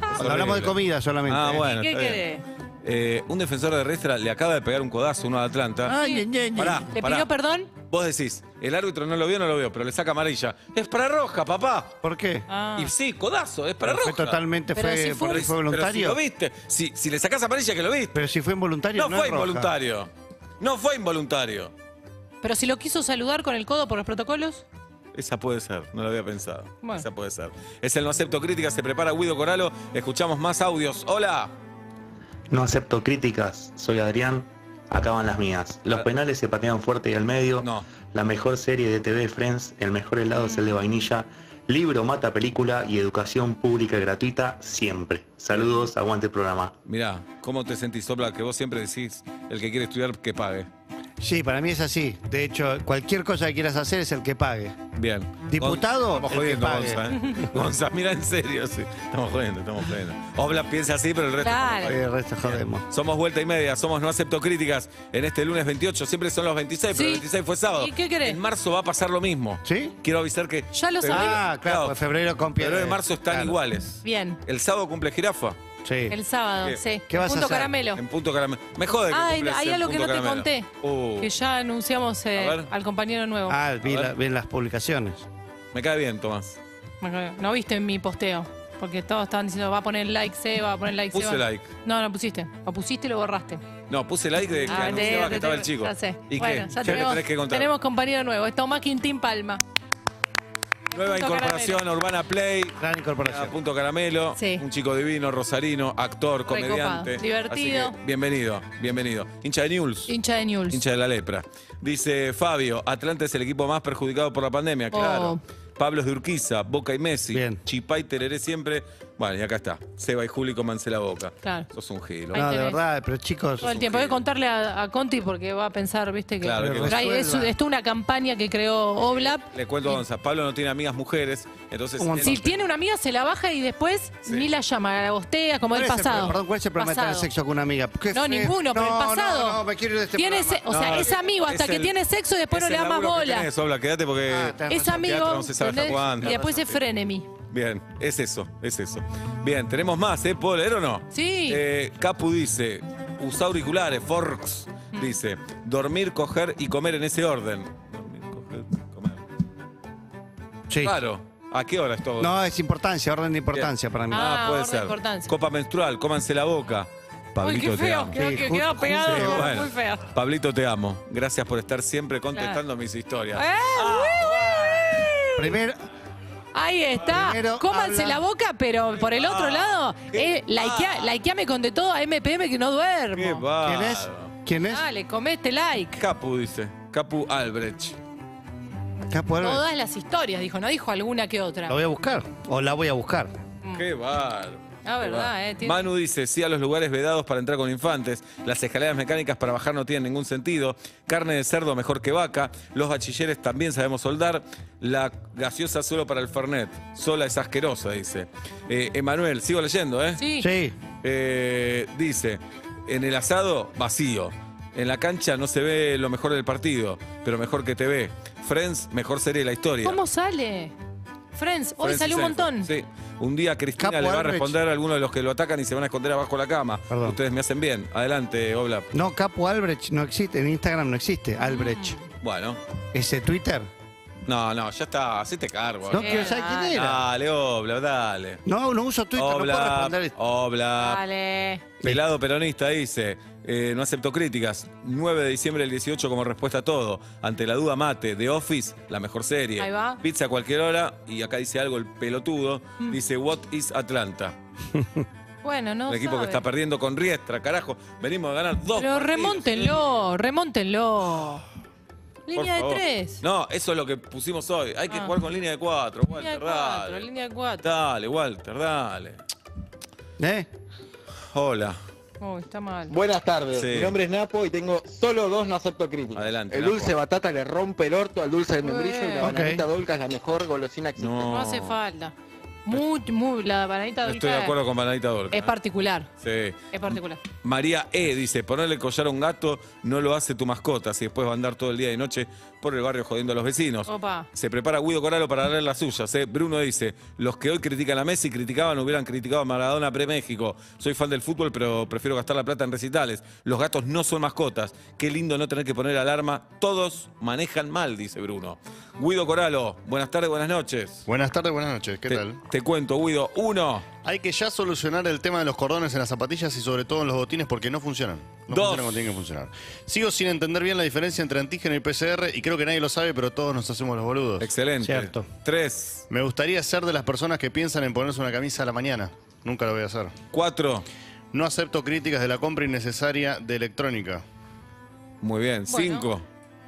Speaker 4: Cuando hablamos
Speaker 2: horrible.
Speaker 4: de comida solamente.
Speaker 2: Ah,
Speaker 4: ¿eh?
Speaker 2: bueno.
Speaker 3: ¿Qué
Speaker 2: está bien.
Speaker 3: querés?
Speaker 2: Eh, un defensor de Restra le acaba de pegar un codazo a uno de Atlanta.
Speaker 4: Ay, ñe, ñe, ñe.
Speaker 2: Pará,
Speaker 3: ¿Le
Speaker 2: pará.
Speaker 3: pidió perdón?
Speaker 2: Vos decís, el árbitro no lo vio, no lo vio, pero le saca amarilla. Es para roja, papá.
Speaker 4: ¿Por qué?
Speaker 3: Ah.
Speaker 2: Y sí, codazo, es para
Speaker 4: fue
Speaker 2: roja.
Speaker 4: totalmente
Speaker 3: Pero
Speaker 4: fue,
Speaker 3: si fue-
Speaker 4: porque
Speaker 2: Pero
Speaker 4: fue
Speaker 2: si-
Speaker 4: voluntario.
Speaker 2: Pero si lo viste, si, si le sacás amarilla que lo viste.
Speaker 4: Pero si fue involuntario,
Speaker 2: No
Speaker 4: no,
Speaker 2: fue
Speaker 4: es roja.
Speaker 2: involuntario. No fue involuntario.
Speaker 3: Pero si lo quiso saludar con el codo por los protocolos.
Speaker 2: Esa puede ser, no lo había pensado.
Speaker 3: Bueno.
Speaker 2: Esa puede ser. Es el No Acepto Crítica, se prepara Guido Coralo. Escuchamos más audios. Hola.
Speaker 10: No acepto críticas, soy Adrián, acaban las mías. Los penales se patean fuerte y al medio.
Speaker 2: Ah. No.
Speaker 10: La mejor serie de TV Friends, el mejor helado es el de vainilla. Libro mata película y educación pública gratuita siempre. Saludos, aguante el programa.
Speaker 2: Mirá, ¿cómo te sentís, Sopla? Que vos siempre decís, el que quiere estudiar, que pague.
Speaker 4: Sí, para mí es así. De hecho, cualquier cosa que quieras hacer es el que pague.
Speaker 2: Bien.
Speaker 4: Diputado,
Speaker 2: Gon- Estamos
Speaker 4: el que
Speaker 2: jodiendo,
Speaker 4: pague.
Speaker 2: Gonza. ¿eh? Gonza, mira en serio, sí. Estamos jodiendo, estamos jodiendo. Obla piensa así, pero el resto. estamos
Speaker 3: Claro.
Speaker 4: Y
Speaker 2: jodiendo.
Speaker 4: el resto Eh, jodemos.
Speaker 2: Somos vuelta y media, somos no acepto críticas en este lunes 28. Siempre son los 26, pero
Speaker 3: Sí.
Speaker 2: el 26 fue sábado.
Speaker 3: ¿Y qué querés?
Speaker 2: En marzo va a pasar lo mismo.
Speaker 4: ¿Sí?
Speaker 2: Quiero avisar que.
Speaker 3: Ya lo
Speaker 2: Pero-
Speaker 3: sabemos.
Speaker 4: Ah, claro, pues febrero con
Speaker 2: Pero
Speaker 4: piedra.
Speaker 2: en marzo están
Speaker 4: Claro.
Speaker 2: iguales.
Speaker 3: Bien.
Speaker 2: El sábado cumple jirafa.
Speaker 4: Sí.
Speaker 3: El sábado,
Speaker 2: ¿Qué?
Speaker 3: sí.
Speaker 4: ¿Qué vas a
Speaker 3: Punto
Speaker 4: hacer?
Speaker 3: caramelo.
Speaker 2: En punto caramelo. Me jode que
Speaker 3: Ay,
Speaker 2: cumples
Speaker 3: hay
Speaker 2: en
Speaker 3: algo que
Speaker 2: punto
Speaker 3: no te
Speaker 2: caramelo.
Speaker 3: conté.
Speaker 2: Uh,
Speaker 3: Que ya anunciamos eh,
Speaker 2: A ver.
Speaker 3: al compañero nuevo.
Speaker 4: Ah, vi,
Speaker 2: A
Speaker 4: la-
Speaker 2: ver.
Speaker 4: vi las publicaciones.
Speaker 2: me cae bien, Tomás.
Speaker 3: No viste en mi posteo. Porque todos estaban diciendo, va a poner like, se va a poner like,
Speaker 2: Puse
Speaker 3: Seba.
Speaker 2: like.
Speaker 3: No, no pusiste. Lo pusiste y lo borraste.
Speaker 2: No, puse like de que
Speaker 3: Ah, te-
Speaker 2: anunciaba
Speaker 3: te-
Speaker 2: que estaba el
Speaker 3: te-
Speaker 2: chico.
Speaker 3: Ya sé.
Speaker 2: ¿Y
Speaker 3: bueno,
Speaker 2: qué?
Speaker 3: ya
Speaker 2: ¿Qué me
Speaker 3: tenemos,
Speaker 2: tenés que contar?
Speaker 3: tenemos compañero nuevo. Es Tomás Quintín Palma.
Speaker 2: Nueva
Speaker 3: Punto
Speaker 2: incorporación, Urbana Play.
Speaker 4: Gran incorporación.
Speaker 2: A Punto Caramelo.
Speaker 3: Sí.
Speaker 2: Un chico divino, rosarino, actor, comediante.
Speaker 3: Recopado, divertido.
Speaker 2: Así que, bienvenido, bienvenido. Hincha de News.
Speaker 3: Hincha de News.
Speaker 2: Hincha de la lepra. Dice Fabio, Atlanta es el equipo más perjudicado por la pandemia,
Speaker 3: Oh.
Speaker 2: claro. Pablo es de Urquiza, Boca y Messi. Chipá y Tereré siempre. Bueno, y acá está. Seba y Juli comanse la boca.
Speaker 3: Claro.
Speaker 2: Sos un gilo.
Speaker 4: No, de verdad, pero chicos.
Speaker 3: Todo el tiempo. Voy a contarle a, a Conti porque va a pensar, viste, que
Speaker 2: Claro, que
Speaker 3: Pero hay- es,
Speaker 2: resuelva.
Speaker 3: es una campaña que creó Oblap.
Speaker 2: Le cuento a Gonzalo, Pablo no tiene amigas mujeres, entonces... él-
Speaker 3: Si tiene una amiga, se la baja y después ni la llama, la gostea, como
Speaker 4: ¿Cuál
Speaker 3: el
Speaker 4: es el
Speaker 3: pasado.
Speaker 4: pro- perdón, ¿cuál es el problema de
Speaker 3: Pasado.
Speaker 4: tener sexo con una amiga? Qué
Speaker 3: No,
Speaker 4: feo.
Speaker 3: ninguno, pero el
Speaker 4: No, no,
Speaker 3: pasado.
Speaker 4: No, me quiero ir de este
Speaker 3: Tiene
Speaker 4: programa.
Speaker 3: ese- o sea,
Speaker 2: No,
Speaker 3: es amigo hasta
Speaker 2: es
Speaker 3: que
Speaker 2: el-
Speaker 3: tiene sexo y después
Speaker 2: es
Speaker 3: no le
Speaker 2: el
Speaker 3: da más
Speaker 2: laburo que
Speaker 3: bola.
Speaker 2: tenés, Obla, quédate porque...
Speaker 4: Ah, tenés
Speaker 3: Es
Speaker 4: razón.
Speaker 3: amigo.
Speaker 2: Teatro no se sabe hasta
Speaker 3: ¿entendés?
Speaker 2: cuándo.
Speaker 3: Y después es frenemy.
Speaker 2: Bien, es eso, es eso. Bien, tenemos más, ¿eh? ¿Puedo leer o no?
Speaker 3: Sí.
Speaker 2: Eh, Capu dice, usa auriculares, forks.
Speaker 3: Mm.
Speaker 2: Dice, dormir, coger y comer en ese orden. Dormir, coger, comer.
Speaker 4: Sí.
Speaker 2: Claro. ¿A qué hora es todo?
Speaker 4: No, es importancia, orden de importancia para mí.
Speaker 2: Ah,
Speaker 3: Ah,
Speaker 2: puede
Speaker 3: orden de
Speaker 2: ser.
Speaker 3: importancia.
Speaker 2: Copa menstrual, cómanse la boca. Pablito,
Speaker 3: Uy, qué
Speaker 2: te
Speaker 3: feo,
Speaker 2: amo.
Speaker 3: quedó,
Speaker 4: Sí,
Speaker 3: que-
Speaker 4: ju-
Speaker 3: quedó
Speaker 4: ju-
Speaker 3: pegado,
Speaker 2: sí, bueno.
Speaker 3: muy feo.
Speaker 2: Pablito, te amo. Gracias por estar siempre contestando mis historias.
Speaker 3: ¡Eh!
Speaker 4: Primero,
Speaker 3: Ahí está.
Speaker 4: Primero
Speaker 3: Cómanse
Speaker 4: habla-
Speaker 3: la boca, pero por el otro lado,
Speaker 2: Ah, qué
Speaker 3: eh, likea-
Speaker 2: va.
Speaker 3: likeame con de todo a MPM que no
Speaker 2: ¡Qué
Speaker 3: duermo.
Speaker 2: bárbaro.
Speaker 4: ¿quién es? ¿Quién es?
Speaker 3: Dale, comete like.
Speaker 2: Capu dice. Capu Albrecht.
Speaker 4: Capo Alves.
Speaker 3: Todas las historias, dijo, no dijo alguna que otra.
Speaker 4: La voy a buscar. O la voy a buscar.
Speaker 2: Qué bárbaro.
Speaker 3: Ah,
Speaker 2: Qué
Speaker 3: verdad,
Speaker 2: bárbaro.
Speaker 3: eh, tiene-
Speaker 2: Manu dice, sí a los lugares vedados para entrar con infantes, las escaleras mecánicas para bajar no tienen ningún sentido, carne de cerdo mejor que vaca, los bachilleres también sabemos soldar, la gaseosa solo para el Fernet, sola es asquerosa, dice. Eh, Emanuel, sigo leyendo, ¿eh?
Speaker 3: Sí.
Speaker 4: Sí.
Speaker 2: Eh, dice, en el asado, vacío. En la cancha no se ve lo mejor del partido, pero mejor que TV. Friends, mejor serie de la historia.
Speaker 3: ¿Cómo sale? Friends, hoy
Speaker 2: Francis
Speaker 3: salió un
Speaker 2: Seinfeld.
Speaker 3: montón.
Speaker 2: Sí. Un día Cristina
Speaker 4: Capo
Speaker 2: le va a
Speaker 4: Albrecht.
Speaker 2: responder a alguno de los que lo atacan y se van a esconder abajo de la cama.
Speaker 4: Perdón.
Speaker 2: Ustedes me hacen bien. Adelante, Obla.
Speaker 4: No, Capo Albrecht no existe. En Instagram no existe. Albrecht.
Speaker 3: Ah.
Speaker 2: Bueno.
Speaker 4: ¿Ese Twitter?
Speaker 2: No, no, ya está. Hacete cargo. Eh.
Speaker 4: No quiero saber quién era.
Speaker 2: Dale, Obla, dale.
Speaker 4: No, no uso Twitter, no puedo
Speaker 2: Obla,
Speaker 4: responder.
Speaker 2: Obla.
Speaker 3: Dale.
Speaker 2: Pelado peronista dice, eh, no acepto críticas. 9 de diciembre del 18 como respuesta a todo. Ante la duda mate, The Office, la mejor serie.
Speaker 3: Ahí va. Mm.
Speaker 2: Pizza a cualquier hora. Y acá dice algo el pelotudo. Dice, What is Atlanta?
Speaker 3: Bueno, no.
Speaker 2: el equipo que
Speaker 3: sabe.
Speaker 2: está perdiendo con Riestra, carajo. Venimos a ganar dos.
Speaker 3: Pero
Speaker 2: partidos.
Speaker 3: remóntenlo, remóntenlo.
Speaker 2: Por
Speaker 3: Línea de
Speaker 2: favor.
Speaker 3: tres.
Speaker 2: No, eso es lo que pusimos hoy. Hay que
Speaker 3: Ah.
Speaker 2: jugar con línea de cuatro,
Speaker 3: línea de
Speaker 2: Walter,
Speaker 3: cuatro,
Speaker 2: dale.
Speaker 3: línea de cuatro.
Speaker 2: Dale, Walter, dale.
Speaker 4: ¿Eh?
Speaker 2: Hola.
Speaker 3: Uy, Oh, está mal.
Speaker 5: Buenas tardes,
Speaker 2: Sí.
Speaker 5: mi nombre es Napo y tengo solo dos no acepto críticas.
Speaker 2: Adelante,
Speaker 5: El
Speaker 2: Napo.
Speaker 5: dulce de batata le rompe el orto al dulce de membrillo y la
Speaker 4: Ok.
Speaker 5: bananita dolca es la mejor golosina que existe.
Speaker 2: No,
Speaker 3: No hace falta. Muy, muy, la bananita
Speaker 2: No
Speaker 3: dulce
Speaker 2: estoy de acuerdo con Bananita Dolca.
Speaker 3: es particular.
Speaker 2: Sí.
Speaker 3: Es particular.
Speaker 2: María E dice, ponerle collar a un gato no lo hace tu mascota, si después va a andar todo el día y noche por el barrio jodiendo a los vecinos.
Speaker 3: Opa.
Speaker 2: Se prepara Guido Coralo para darle las suyas. ¿eh? Bruno dice, los que hoy critican a Messi criticaban hubieran criticado a Maradona pre-México. Soy fan del fútbol, pero prefiero gastar la plata en recitales. Los gatos no son mascotas. Qué lindo no tener que poner alarma. Todos manejan mal, dice Bruno. Guido Coralo, buenas tardes, buenas noches.
Speaker 11: Buenas tardes, buenas noches. ¿Qué
Speaker 2: Te-
Speaker 11: tal?
Speaker 2: Te cuento, Guido. Uno,
Speaker 11: Hay que ya solucionar el tema de los cordones en las zapatillas y sobre todo en los botines porque no funcionan. No
Speaker 2: Dos.
Speaker 11: funcionan como tienen que funcionar. Sigo sin entender bien la diferencia entre antígeno y PCR y creo que nadie lo sabe, pero todos nos hacemos los boludos.
Speaker 2: excelente.
Speaker 4: Cierto.
Speaker 2: Tres,
Speaker 11: Me gustaría ser de las personas que piensan en ponerse una camisa a la mañana. Nunca lo voy a hacer.
Speaker 2: cuatro.
Speaker 11: No acepto críticas de la compra innecesaria de electrónica.
Speaker 2: Muy bien. Cinco.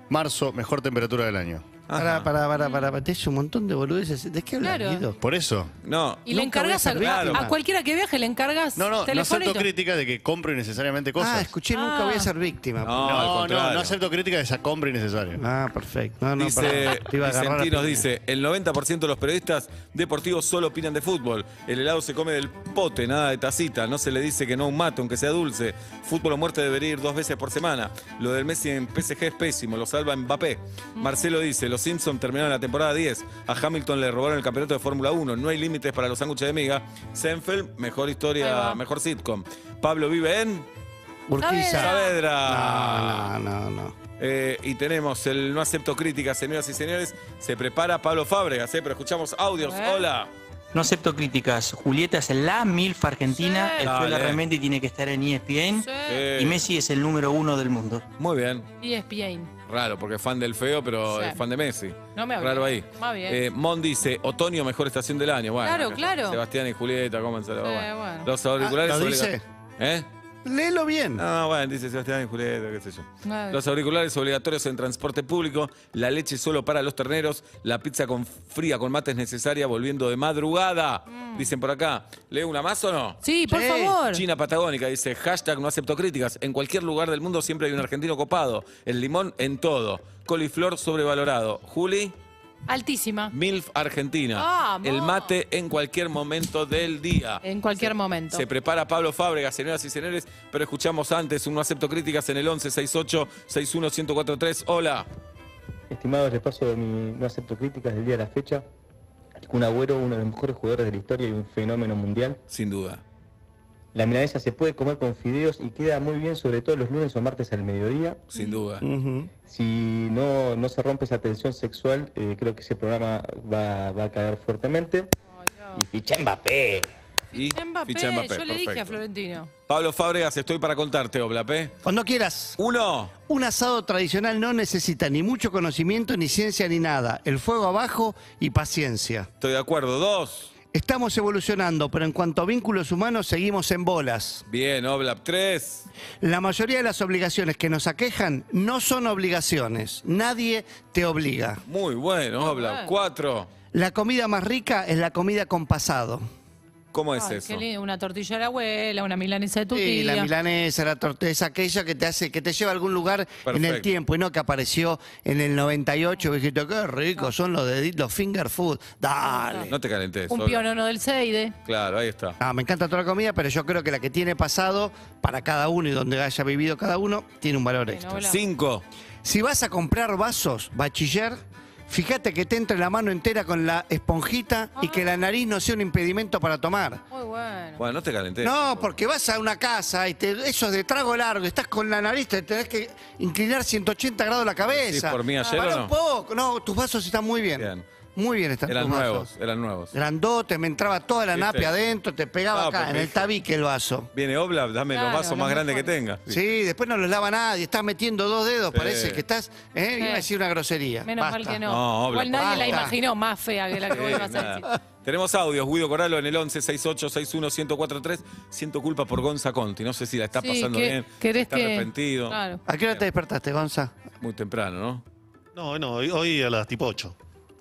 Speaker 11: Marzo, mejor temperatura del año.
Speaker 4: Pará, pará, pará, pará. Tenés un montón de boludeces. ¿De qué hablas,
Speaker 3: Claro.
Speaker 4: Guido?
Speaker 11: Por eso.
Speaker 2: No.
Speaker 3: Y le
Speaker 4: Nunca voy a
Speaker 3: encargas a,
Speaker 4: ser
Speaker 2: víctima.
Speaker 3: a- a cualquiera que viaje, le encargas
Speaker 11: No, no, no acepto
Speaker 3: telefonito.
Speaker 11: críticas de que compro innecesariamente
Speaker 4: Ah,
Speaker 11: cosas.
Speaker 4: escuché, nunca
Speaker 3: Ah.
Speaker 4: voy a ser
Speaker 2: No,
Speaker 4: víctima.
Speaker 2: al
Speaker 11: No, no,
Speaker 2: contrario.
Speaker 11: no acepto críticas de esa compra innecesaria.
Speaker 4: Ah, perfecto. No, no,
Speaker 2: Dice,
Speaker 4: perdón. Te iba a agarrar la
Speaker 2: Vicentí nos
Speaker 4: piña.
Speaker 2: dice, el 90% de los periodistas deportivos solo opinan de fútbol. El helado se come del pote, nada de tacita. No se le dice que no a un mate, aunque sea dulce. Fútbol o muerte debería ir dos veces por semana. Lo del Messi en PSG es pésimo, lo salva Mbappé. Marcelo dice, los Simpson terminaron la temporada 10. A Hamilton le robaron el campeonato de Fórmula 1. No hay límites para los sándwiches de miga. Seinfeld, mejor
Speaker 3: Ahí
Speaker 2: historia,
Speaker 3: va.
Speaker 2: mejor sitcom. Pablo vive en
Speaker 4: Urquiza.
Speaker 2: Saavedra.
Speaker 4: No, no, no.
Speaker 2: Eh, y tenemos el No acepto críticas, señoras y señores. Se prepara Pablo Fábregas, eh, pero escuchamos audios.
Speaker 3: A ver.
Speaker 2: Hola.
Speaker 12: No acepto críticas. Julieta es la milfa argentina. El Puebla
Speaker 2: Dale.
Speaker 12: realmente tiene que estar en E ESPN.
Speaker 2: Sí.
Speaker 3: Eh.
Speaker 12: Y Messi es el número uno del mundo.
Speaker 2: Muy bien.
Speaker 3: Y es bien.
Speaker 2: Raro, porque es fan del feo, pero
Speaker 3: Sí.
Speaker 2: es fan de Messi.
Speaker 3: No me hables.
Speaker 2: Raro ahí.
Speaker 3: Va bien.
Speaker 2: Eh, Mon dice, otoño mejor estación del año. Bueno,
Speaker 3: Claro,
Speaker 2: acá
Speaker 3: claro.
Speaker 2: Sebastián y Julieta, cómense
Speaker 3: Sí, bueno.
Speaker 2: Los auriculares...
Speaker 4: Ah, ¿lo
Speaker 2: obliga-
Speaker 4: dice?
Speaker 2: ¿Eh?
Speaker 4: Léelo bien.
Speaker 2: Ah, bueno, dice Sebastián y Julieta, qué sé yo.
Speaker 4: Vale.
Speaker 2: Los auriculares obligatorios en transporte público, la leche solo para los terneros, la pizza con fría con mate es necesaria volviendo de madrugada.
Speaker 3: Mm.
Speaker 2: Dicen por acá. ¿Leo una más o no?
Speaker 3: Sí, por Sí. favor.
Speaker 2: China Patagónica dice, hashtag no acepto críticas. En cualquier lugar del mundo siempre hay un argentino copado. El limón en todo. Coliflor sobrevalorado. Juli,
Speaker 3: Altísima.
Speaker 2: MILF Argentina.
Speaker 3: Vamos.
Speaker 2: El mate en cualquier momento del día.
Speaker 3: En cualquier momento.
Speaker 2: Se prepara Pablo Fábregas, señoras y señores, pero escuchamos antes un No Acepto Críticas en el 11 68 61 1043. Hola.
Speaker 13: Estimados, les paso de mi no acepto críticas del día de la fecha. El Kun Agüero, uno de los mejores jugadores de la historia y un fenómeno mundial.
Speaker 2: Sin duda.
Speaker 13: La milanesa se puede comer con fideos y queda muy bien, sobre todo los lunes o martes al mediodía.
Speaker 2: Sin duda.
Speaker 13: Si no, no se rompe esa tensión sexual, eh, creo que ese programa va, va a caer fuertemente. Y ficha Mbappé.
Speaker 2: Y
Speaker 3: Mbappé,
Speaker 2: ficha Mbappé,
Speaker 3: yo le dije a
Speaker 2: perfecto.
Speaker 3: Florentino.
Speaker 2: Pablo Fábregas, estoy para contarte, Oblapé.
Speaker 4: Cuando quieras.
Speaker 2: Uno.
Speaker 4: Un asado tradicional no necesita ni mucho conocimiento, ni ciencia, ni nada. El fuego abajo y paciencia.
Speaker 2: Estoy de acuerdo. Dos.
Speaker 4: Estamos evolucionando, pero en cuanto a vínculos humanos seguimos en bolas.
Speaker 2: Bien, Oblap. Tres.
Speaker 4: La mayoría de las obligaciones que nos aquejan no son obligaciones. Nadie te obliga.
Speaker 2: Muy bueno, Oblap.
Speaker 4: bueno.
Speaker 2: Cuatro.
Speaker 4: La comida más rica es la comida con pasado.
Speaker 2: ¿Cómo es
Speaker 3: Ay,
Speaker 2: eso?
Speaker 3: qué lindo. Una tortilla de la abuela, una milanesa de tu
Speaker 4: Sí,
Speaker 3: tía.
Speaker 4: la milanesa, la torta, es aquella que te hace, que te lleva a algún lugar en
Speaker 2: Perfecto.
Speaker 4: el tiempo y no que apareció en el 98. Dijiste, qué rico, son los deditos, los finger food. Dale.
Speaker 2: No te calentes.
Speaker 3: Un
Speaker 2: Oblap.
Speaker 3: pionono del Seide.
Speaker 2: Claro, ahí está.
Speaker 4: Ah, me encanta toda la comida, pero yo creo que la que tiene pasado para cada uno y donde haya vivido cada uno tiene un valor extra.
Speaker 2: hola. Cinco.
Speaker 4: Si vas a comprar vasos, bachiller, fíjate que te entre la mano entera con la esponjita y que la nariz no sea un impedimento para tomar.
Speaker 3: Muy bueno.
Speaker 2: Bueno, no te calentes.
Speaker 4: No, porque vas a una casa y te, eso es de trago largo, estás con la nariz, te tenés que inclinar 180 grados la cabeza.
Speaker 2: por mí ayer
Speaker 4: Para
Speaker 2: o no?
Speaker 4: un poco, no, tus vasos están muy bien. Muy bien están
Speaker 2: Eran
Speaker 4: tus vasos.
Speaker 2: nuevos, eran nuevos.
Speaker 4: Grandote, me entraba toda la
Speaker 2: ¿Viste?
Speaker 4: napia adentro, te pegaba
Speaker 2: No, pues
Speaker 4: acá,
Speaker 2: pero me
Speaker 4: en el tabique el vaso.
Speaker 2: Viene Oblap, dame los
Speaker 4: Claro,
Speaker 2: vasos
Speaker 4: los
Speaker 2: más grandes que tenga.
Speaker 4: Sí, después no los lava nadie, estás metiendo dos dedos,
Speaker 2: Sí.
Speaker 4: parece que estás, ¿eh? iba a decir una grosería.
Speaker 3: Menos mal
Speaker 4: Basta.
Speaker 3: que no.
Speaker 2: No, Oblap,
Speaker 3: Igual nadie la
Speaker 2: basta.
Speaker 3: imaginó más fea que la que vos
Speaker 2: Sí,
Speaker 3: ibas a
Speaker 2: nada.
Speaker 3: decir.
Speaker 2: Tenemos audios, Guido Coralo en el 11 68 61 1043. Siento culpa por Gonza Conti, no sé si la está
Speaker 3: Sí,
Speaker 2: pasando
Speaker 3: que-
Speaker 2: bien,
Speaker 3: querés
Speaker 2: está
Speaker 3: que-
Speaker 2: arrepentido.
Speaker 3: Claro.
Speaker 4: ¿A qué hora te despertaste, Gonza?
Speaker 2: Muy temprano, ¿no?
Speaker 11: No, no, hoy, hoy a las tipo 8.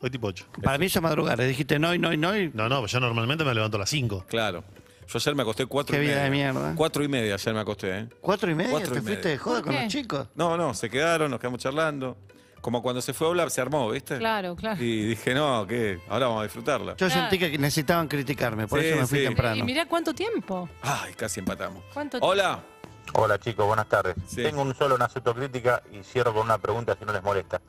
Speaker 11: Hoy tipo 8.
Speaker 4: Para mí eso es madrugar, le dijiste no y no y no y...
Speaker 11: No, no, yo normalmente me levanto a las 5.
Speaker 2: Claro. Yo ayer me acosté cuatro
Speaker 11: Qué
Speaker 2: y
Speaker 11: vida
Speaker 2: media.
Speaker 11: de
Speaker 4: mierda.
Speaker 2: Cuatro y media ayer me acosté, ¿eh?
Speaker 4: ¿Cuatro y media?
Speaker 2: Cuatro y
Speaker 4: ¿Te
Speaker 2: media.
Speaker 4: fuiste de joda
Speaker 3: ¿Por
Speaker 4: con
Speaker 3: qué?
Speaker 4: los chicos?
Speaker 2: No, no, se quedaron, nos quedamos charlando. Como cuando se fue a hablar, se armó, ¿viste?
Speaker 3: Claro, claro.
Speaker 2: Y dije, no, que ahora vamos a disfrutarla.
Speaker 4: Yo sentí que necesitaban criticarme, por
Speaker 2: Sí,
Speaker 4: eso me fui
Speaker 2: sí.
Speaker 3: Y
Speaker 4: temprano.
Speaker 3: mirá cuánto tiempo.
Speaker 2: Ay, casi empatamos.
Speaker 3: ¿Cuánto
Speaker 2: Hola.
Speaker 14: Hola chicos, buenas tardes.
Speaker 2: Sí.
Speaker 14: Tengo un solo, no acepto crítica y cierro con una pregunta si no les molesta.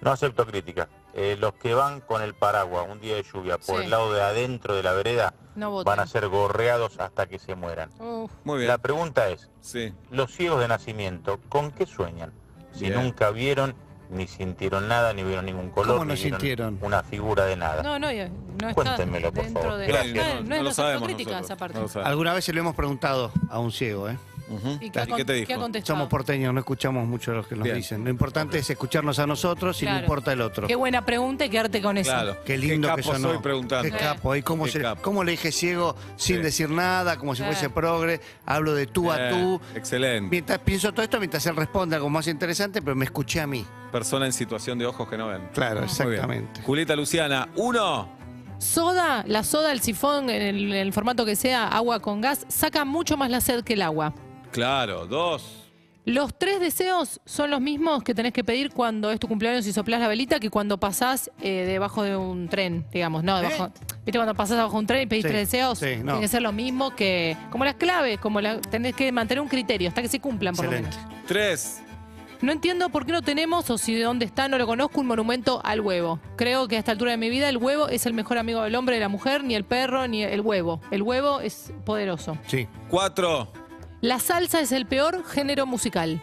Speaker 14: No acepto crítica. Eh, los que van con el paraguas un día de lluvia por
Speaker 3: Sí.
Speaker 14: el lado de adentro de la vereda
Speaker 3: No votan.
Speaker 14: van a ser gorreados hasta que se mueran.
Speaker 3: Uf.
Speaker 14: La pregunta es,
Speaker 2: Sí.
Speaker 14: los ciegos de nacimiento, ¿con qué sueñan? Si
Speaker 2: Bien.
Speaker 14: nunca vieron, ni sintieron nada, ni vieron ningún color,
Speaker 4: ¿Cómo no
Speaker 14: ni vieron
Speaker 4: sintieron?
Speaker 14: una figura de nada.
Speaker 3: No, no, y- eh, no está
Speaker 14: Cuéntenmelo, por
Speaker 3: dentro
Speaker 14: favor.
Speaker 3: de...
Speaker 14: Gracias.
Speaker 3: No, no,
Speaker 14: No,
Speaker 3: es
Speaker 14: no lo
Speaker 3: una
Speaker 14: sabemos
Speaker 3: crítica
Speaker 14: nosotros,
Speaker 3: esa parte.
Speaker 14: no lo sabemos.
Speaker 4: Alguna vez se lo hemos preguntado a un ciego, ¿eh?
Speaker 3: ¿Y qué, con- qué ha contestado?
Speaker 4: Somos porteños, no escuchamos mucho lo que nos
Speaker 2: Bien.
Speaker 4: dicen. Lo importante es escucharnos a nosotros y no
Speaker 3: Claro.
Speaker 4: importa el otro.
Speaker 3: Qué buena pregunta y quedarte con eso.
Speaker 2: Claro.
Speaker 4: Qué lindo
Speaker 2: Qué
Speaker 4: que
Speaker 2: capo
Speaker 4: sonó.
Speaker 2: soy preguntando.
Speaker 4: Qué capo. ¿Y cómo,
Speaker 2: Qué
Speaker 4: se-
Speaker 2: capo.
Speaker 4: cómo le dije ciego sin
Speaker 2: Sí.
Speaker 4: decir nada, como si
Speaker 2: Sí.
Speaker 4: fuese progre? Hablo de tú
Speaker 2: Eh,
Speaker 4: a tú.
Speaker 2: Excelente.
Speaker 4: Mientras pienso todo esto, mientras él responde algo más interesante, pero me escuché a mí.
Speaker 2: Persona en situación de ojos que no ven.
Speaker 4: Claro,
Speaker 2: Muy bien.
Speaker 4: exactamente.
Speaker 2: Julieta Luciana, uno.
Speaker 3: Soda, la soda, el sifón, en el, en el formato que sea, agua con gas, saca mucho más la sed que el agua.
Speaker 2: Claro, dos.
Speaker 3: Los tres deseos son los mismos que tenés que pedir cuando es tu cumpleaños y soplás la velita que cuando pasás eh, debajo de un tren, digamos, no, debajo. ¿Viste cuando pasás debajo de un tren y pedís
Speaker 4: Sí,
Speaker 3: tres deseos?
Speaker 4: sí, no.
Speaker 3: Tiene que ser lo mismo que. Como las claves, como la, tenés que mantener un criterio hasta que se cumplan, por lo menos.
Speaker 2: Tres.
Speaker 3: No entiendo por qué no tenemos, o si de dónde está no lo conozco, un monumento al huevo. Creo que a esta altura de mi vida el huevo es el mejor amigo del hombre, de la mujer, ni el perro, ni el huevo. El huevo es poderoso.
Speaker 4: Sí.
Speaker 2: Cuatro.
Speaker 3: La salsa es el peor género musical.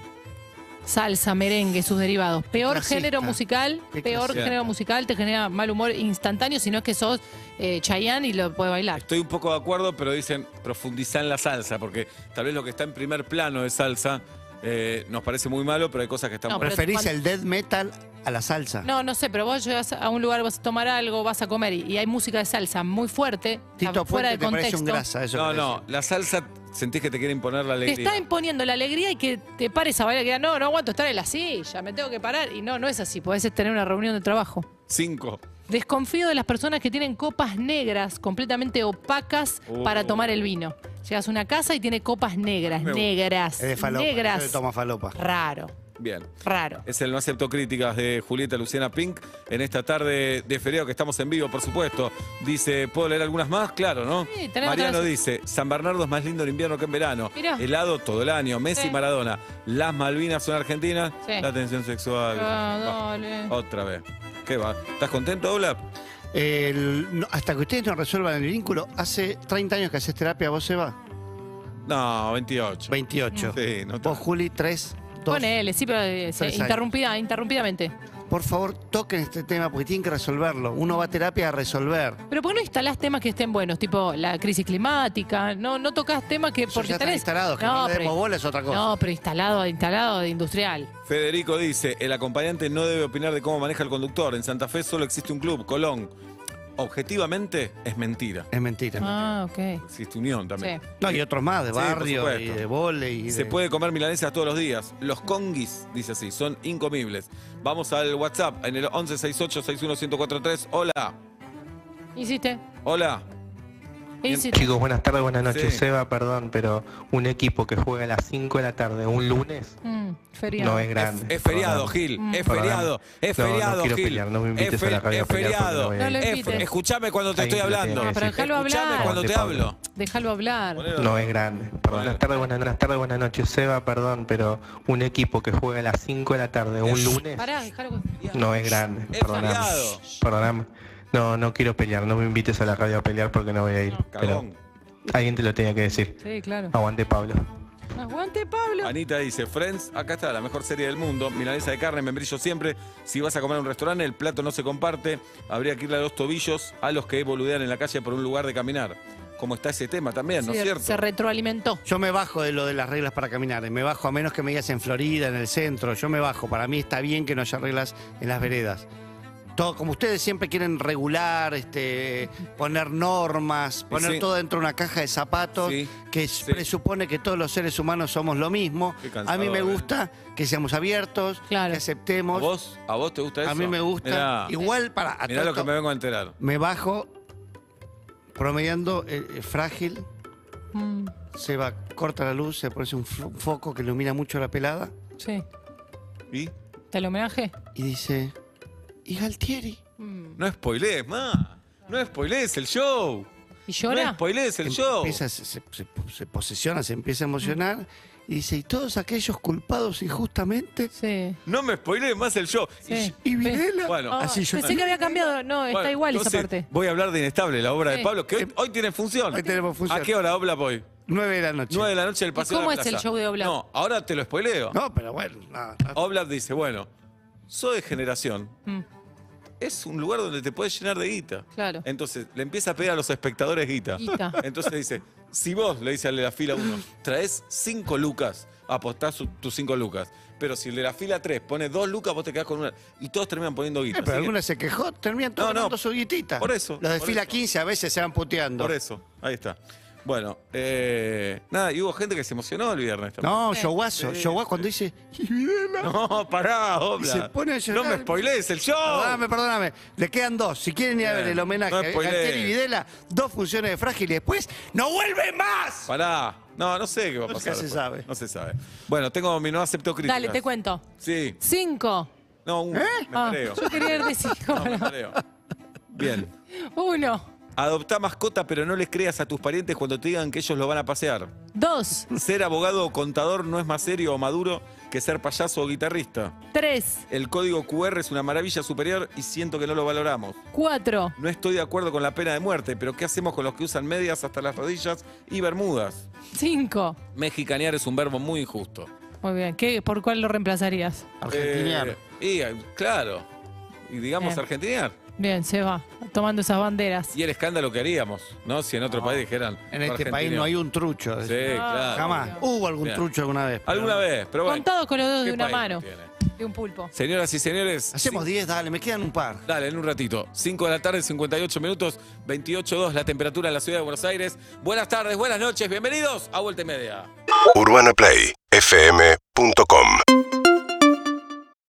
Speaker 3: salsa, merengue, sus derivados. Peor
Speaker 4: Clasista.
Speaker 3: género musical,
Speaker 4: Qué
Speaker 3: peor
Speaker 2: clasista.
Speaker 3: género musical te genera mal humor instantáneo, si no es que sos eh, Chayanne y lo puedes bailar.
Speaker 2: Estoy un poco de acuerdo, pero dicen profundizar en la salsa, porque tal vez lo que está en primer plano de salsa eh, nos parece muy malo, pero hay cosas que están
Speaker 3: No,
Speaker 2: buenas.
Speaker 4: Preferís
Speaker 3: cuando-
Speaker 4: el death metal a la salsa.
Speaker 3: No, no sé, pero vos llegas a un lugar, vas a tomar algo, vas a comer y, y hay música de salsa muy fuerte,
Speaker 4: Tito
Speaker 3: fuera
Speaker 4: Puente
Speaker 3: de
Speaker 4: te parece
Speaker 3: contexto.
Speaker 4: un grasa, eso
Speaker 2: No,
Speaker 4: que
Speaker 2: no, la salsa sentís que te quiere imponer la
Speaker 3: Te
Speaker 2: alegría.
Speaker 3: está imponiendo la alegría y que te pares a bailar, que digas, no, no aguanto estar en la silla, me tengo que parar. Y no, no es así, podés tener una reunión de trabajo.
Speaker 2: Cinco.
Speaker 3: Desconfío de las personas que tienen copas negras completamente opacas
Speaker 2: Oh.
Speaker 3: para tomar el vino. Llegas a una casa y tiene copas negras,
Speaker 2: Me gusta.
Speaker 3: negras,
Speaker 4: Es de falopa.
Speaker 3: negras.
Speaker 4: eso de toma falopa.
Speaker 3: Raro,
Speaker 2: Bien.
Speaker 3: raro.
Speaker 2: Es el No Acepto Críticas de Julieta Luciana Pink en esta tarde de feriado que estamos en vivo, por supuesto. Dice, ¿puedo leer algunas más? Claro, ¿no?
Speaker 3: Sí, tenemos
Speaker 2: Mariano
Speaker 3: otras.
Speaker 2: dice, San Bernardo es más lindo en invierno que en verano.
Speaker 3: Mirá.
Speaker 2: Helado todo el año. Messi
Speaker 3: Sí.
Speaker 2: y Maradona. Las Malvinas son argentinas.
Speaker 3: Sí.
Speaker 2: La tensión sexual.
Speaker 3: Ah,
Speaker 2: Bah,
Speaker 3: dale.
Speaker 2: Otra vez. ¿Qué va? ¿Estás contento, Ola?
Speaker 4: El- no, hasta que ustedes no resuelvan el vínculo, hace 30 años que haces terapia, vos se va.
Speaker 2: No, 28.
Speaker 4: 28.
Speaker 2: Sí, no
Speaker 4: Vos, Juli, 3, 2.
Speaker 3: Ponele, sí, pero eh, sí,
Speaker 4: Tres años.
Speaker 3: interrumpida, interrumpidamente.
Speaker 4: Por favor, toquen este tema porque tienen que resolverlo. Uno va a terapia a resolver.
Speaker 3: Pero ¿por qué no instalás temas que estén buenos? Tipo la crisis climática, no, no tocas temas que
Speaker 4: Eso
Speaker 3: porque
Speaker 4: ya están
Speaker 3: tenés-
Speaker 4: instalados, que no, le demos bola es otra cosa.
Speaker 3: No, pero instalado, instalado de industrial.
Speaker 2: Federico dice, el acompañante no debe opinar de cómo maneja el conductor. En Santa Fe solo existe un club, Colón. Objetivamente es mentira.
Speaker 4: Es mentira.
Speaker 3: Ah, ok.
Speaker 2: Existe unión también.
Speaker 3: Sí.
Speaker 4: No, y otros más, de
Speaker 2: Sí, por
Speaker 4: barrio, y
Speaker 2: supuesto.
Speaker 4: de vole, y
Speaker 2: Se
Speaker 4: de-
Speaker 2: puede comer milanesas todos los días. Los conguis, dice así, son incomibles. Vamos al WhatsApp en el 1168-61143. Hola,
Speaker 3: Hiciste,
Speaker 2: hola.
Speaker 3: hiciste.
Speaker 15: Chicos, buenas tardes, buenas noches.
Speaker 2: Sí.
Speaker 15: Seba, perdón, pero un equipo que juega a las 5 de la tarde un lunes
Speaker 3: Mm, feriado.
Speaker 15: no es grande.
Speaker 2: Es feriado,
Speaker 15: Perdón.
Speaker 2: Gil.
Speaker 3: Mm.
Speaker 2: Es
Speaker 15: Perdón.
Speaker 2: feriado. Es
Speaker 15: No, no
Speaker 2: feriado,
Speaker 15: quiero
Speaker 2: Gil.
Speaker 15: pelear, no me
Speaker 2: es,
Speaker 15: invites a la radio
Speaker 2: es
Speaker 15: a pelear porque
Speaker 2: feriado.
Speaker 15: no voy
Speaker 3: a ir. No lo
Speaker 2: Es-
Speaker 3: invites.
Speaker 2: escuchame cuando te
Speaker 15: Ahí
Speaker 2: estoy
Speaker 15: no te
Speaker 2: hablando.
Speaker 15: voy a
Speaker 3: No, pero
Speaker 15: decir.
Speaker 3: déjalo
Speaker 2: Escuchame
Speaker 3: hablar.
Speaker 2: cuando te
Speaker 15: Pablo.
Speaker 2: hablo.
Speaker 3: Déjalo hablar.
Speaker 15: No es grande. Perdón, Buenas tardes, buenas, buenas tardes, buenas noches. Seba, perdón, pero un equipo que juega a las 5 de la tarde un lunes
Speaker 3: Pará, déjalo.
Speaker 15: no es grande.
Speaker 2: Es
Speaker 15: Perdóname.
Speaker 2: feriado.
Speaker 15: Perdóname. No, no quiero pelear. No me invites a la radio a pelear porque no voy a ir. Pero
Speaker 2: Cagón.
Speaker 15: alguien te lo tenía que decir.
Speaker 3: Sí, claro.
Speaker 15: Aguante, Pablo.
Speaker 3: Aguante, Pablo.
Speaker 2: Anita dice, Friends, acá está la mejor serie del mundo. Milanesa de carne, membrillo siempre. Si vas a comer a un restaurante, el plato no se comparte. Habría que irle a los tobillos a los que boludean en la calle por un lugar de caminar. Como está ese tema también, ¿no
Speaker 3: Sí,
Speaker 2: es cierto?
Speaker 3: se retroalimentó.
Speaker 4: Yo me bajo de lo de las reglas para caminar, me bajo a menos que me digas en Florida, en el centro, yo me bajo. Para mí está bien que no haya reglas en las veredas. Todo, como ustedes siempre quieren regular, este, poner normas, poner
Speaker 2: sí.
Speaker 4: todo dentro de una caja de zapatos,
Speaker 2: Sí,
Speaker 4: que
Speaker 2: sí.
Speaker 4: presupone que todos los seres humanos somos lo mismo.
Speaker 2: Qué
Speaker 4: A mí
Speaker 2: cansador,
Speaker 4: me
Speaker 2: eh.
Speaker 4: gusta que seamos abiertos,
Speaker 3: Claro.
Speaker 4: que
Speaker 2: ¿A
Speaker 4: aceptemos.
Speaker 2: vos? ¿A vos te gusta eso?
Speaker 4: A mí me gusta.
Speaker 2: Mirá,
Speaker 4: Igual para. a
Speaker 2: mirá
Speaker 4: todo
Speaker 2: lo que
Speaker 4: esto-
Speaker 2: me vengo a enterar.
Speaker 4: me bajo promediando eh, eh, frágil.
Speaker 3: Mm,
Speaker 4: Se va, corta la luz, se pone un fo- foco que ilumina mucho la pelada
Speaker 3: sí.
Speaker 2: ¿Y?
Speaker 3: ¿Te lo homenaje?
Speaker 4: y dice, ¿y Galtieri?
Speaker 3: Mm.
Speaker 2: No spoilees, ma. No spoilees el show.
Speaker 3: ¿Y
Speaker 2: No
Speaker 3: llora?
Speaker 2: spoilees el
Speaker 4: Em-
Speaker 2: show.
Speaker 4: empieza, se, se- se- se posesiona, se empieza a emocionar y dice, ¿y todos aquellos culpados injustamente?
Speaker 3: Sí.
Speaker 2: No me spoilees más el show. Y
Speaker 3: sí.
Speaker 4: ¿Y Videla?
Speaker 2: Bueno,
Speaker 3: Ah,
Speaker 4: así yo-
Speaker 3: pensé que había cambiado. No,
Speaker 2: Bueno,
Speaker 3: está igual esa
Speaker 2: entonces,
Speaker 3: parte.
Speaker 2: Voy a hablar de Inestable, la obra de
Speaker 3: Sí.
Speaker 2: Pablo, que hoy, hoy tiene función.
Speaker 4: Hoy tenemos función.
Speaker 2: ¿A qué hora habla hoy?
Speaker 4: 9 de la noche.
Speaker 2: 9 de la noche en el paseo
Speaker 3: cómo
Speaker 2: de la
Speaker 3: es el
Speaker 2: Plaza.
Speaker 3: show de Oblap?
Speaker 2: No, ahora te lo spoileo.
Speaker 4: No, pero bueno, nada.
Speaker 2: Oblap dice, bueno, soy de generación.
Speaker 3: Mm.
Speaker 2: Es un lugar donde te puedes llenar de guita.
Speaker 3: Claro.
Speaker 2: Entonces le empieza a pedir a los espectadores guita.
Speaker 3: Guita.
Speaker 2: Entonces dice, si vos, le dice al de la fila 1, traes 5 lucas, apostás su- tus 5 lucas. Pero si el de la fila 3 pone 2 lucas, vos te quedás con una. Y todos terminan poniendo guita.
Speaker 4: Eh, pero
Speaker 2: Así que-
Speaker 4: algunos se quejó, terminan
Speaker 2: No, no.
Speaker 4: tomando su guitita.
Speaker 2: Por eso,
Speaker 4: Los de
Speaker 2: por
Speaker 4: fila
Speaker 2: eso.
Speaker 4: 15 a veces se van puteando.
Speaker 2: Por eso, ahí está. Bueno, eh, nada, y hubo gente que se emocionó el viernes también.
Speaker 4: No, yo guaso, yo guaso cuando dice, ¿y Videla?
Speaker 2: No, pará, obla.
Speaker 4: se pone a llorar. Ah,
Speaker 2: No me spoilees el show.
Speaker 4: Perdóname, perdóname. Le quedan dos. Si quieren ir a ver
Speaker 2: Bien,
Speaker 4: el homenaje
Speaker 2: no
Speaker 4: a
Speaker 2: spoilees.
Speaker 4: Galtieri y Videla, dos funciones de frágil y después ¡no vuelve más!
Speaker 2: Pará. No, no sé qué va a
Speaker 4: Nunca
Speaker 2: pasar.
Speaker 4: se
Speaker 2: después.
Speaker 4: sabe.
Speaker 2: No se sabe. Bueno, tengo mi no acepto críticas.
Speaker 3: Dale, te cuento.
Speaker 2: Sí.
Speaker 3: Cinco.
Speaker 2: No, un, me
Speaker 3: Ah,
Speaker 2: mareo.
Speaker 3: yo quería ir de cinco.
Speaker 2: No, me
Speaker 3: no.
Speaker 2: mareo. Bien.
Speaker 3: Uno,
Speaker 2: Adoptá mascota, pero no les creas a tus parientes cuando te digan que ellos lo van a pasear.
Speaker 3: dos,
Speaker 2: Ser abogado o contador no es más serio o maduro que ser payaso o guitarrista.
Speaker 3: tres,
Speaker 2: El código QR es una maravilla superior y siento que no lo valoramos.
Speaker 3: cuatro,
Speaker 2: No estoy de acuerdo con la pena de muerte, pero ¿qué hacemos con los que usan medias hasta las rodillas y bermudas?
Speaker 3: cinco,
Speaker 2: Mexicanear es un verbo muy injusto.
Speaker 3: Muy bien. ¿Qué, ¿Por cuál lo reemplazarías?
Speaker 2: Eh, Argentinear. y eh, claro. Y digamos
Speaker 4: Eh.
Speaker 3: Bien.
Speaker 2: argentinear.
Speaker 3: Bien, se va. Tomando esas banderas.
Speaker 2: Y el escándalo que haríamos, ¿no? Si en otro país dijeran.
Speaker 4: Ah. En este país no hay un trucho.
Speaker 2: Sí,
Speaker 4: decía.
Speaker 2: claro.
Speaker 4: Jamás. Hubo algún
Speaker 2: Bien.
Speaker 4: trucho alguna vez. pero
Speaker 2: Alguna
Speaker 4: no.
Speaker 2: vez, pero bueno.
Speaker 3: Contados con los dedos
Speaker 2: ¿Qué
Speaker 3: de una
Speaker 2: país
Speaker 3: mano.
Speaker 2: tiene?
Speaker 3: De un pulpo.
Speaker 2: Señoras y señores.
Speaker 4: Hacemos 10, dale, me quedan un par.
Speaker 2: Dale, en un ratito. 5 de la tarde, 58 minutos, 28.2 la temperatura en la ciudad de Buenos Aires. Buenas tardes, buenas noches, bienvenidos a Vuelta y Media.
Speaker 16: UrbanaPlayFM.com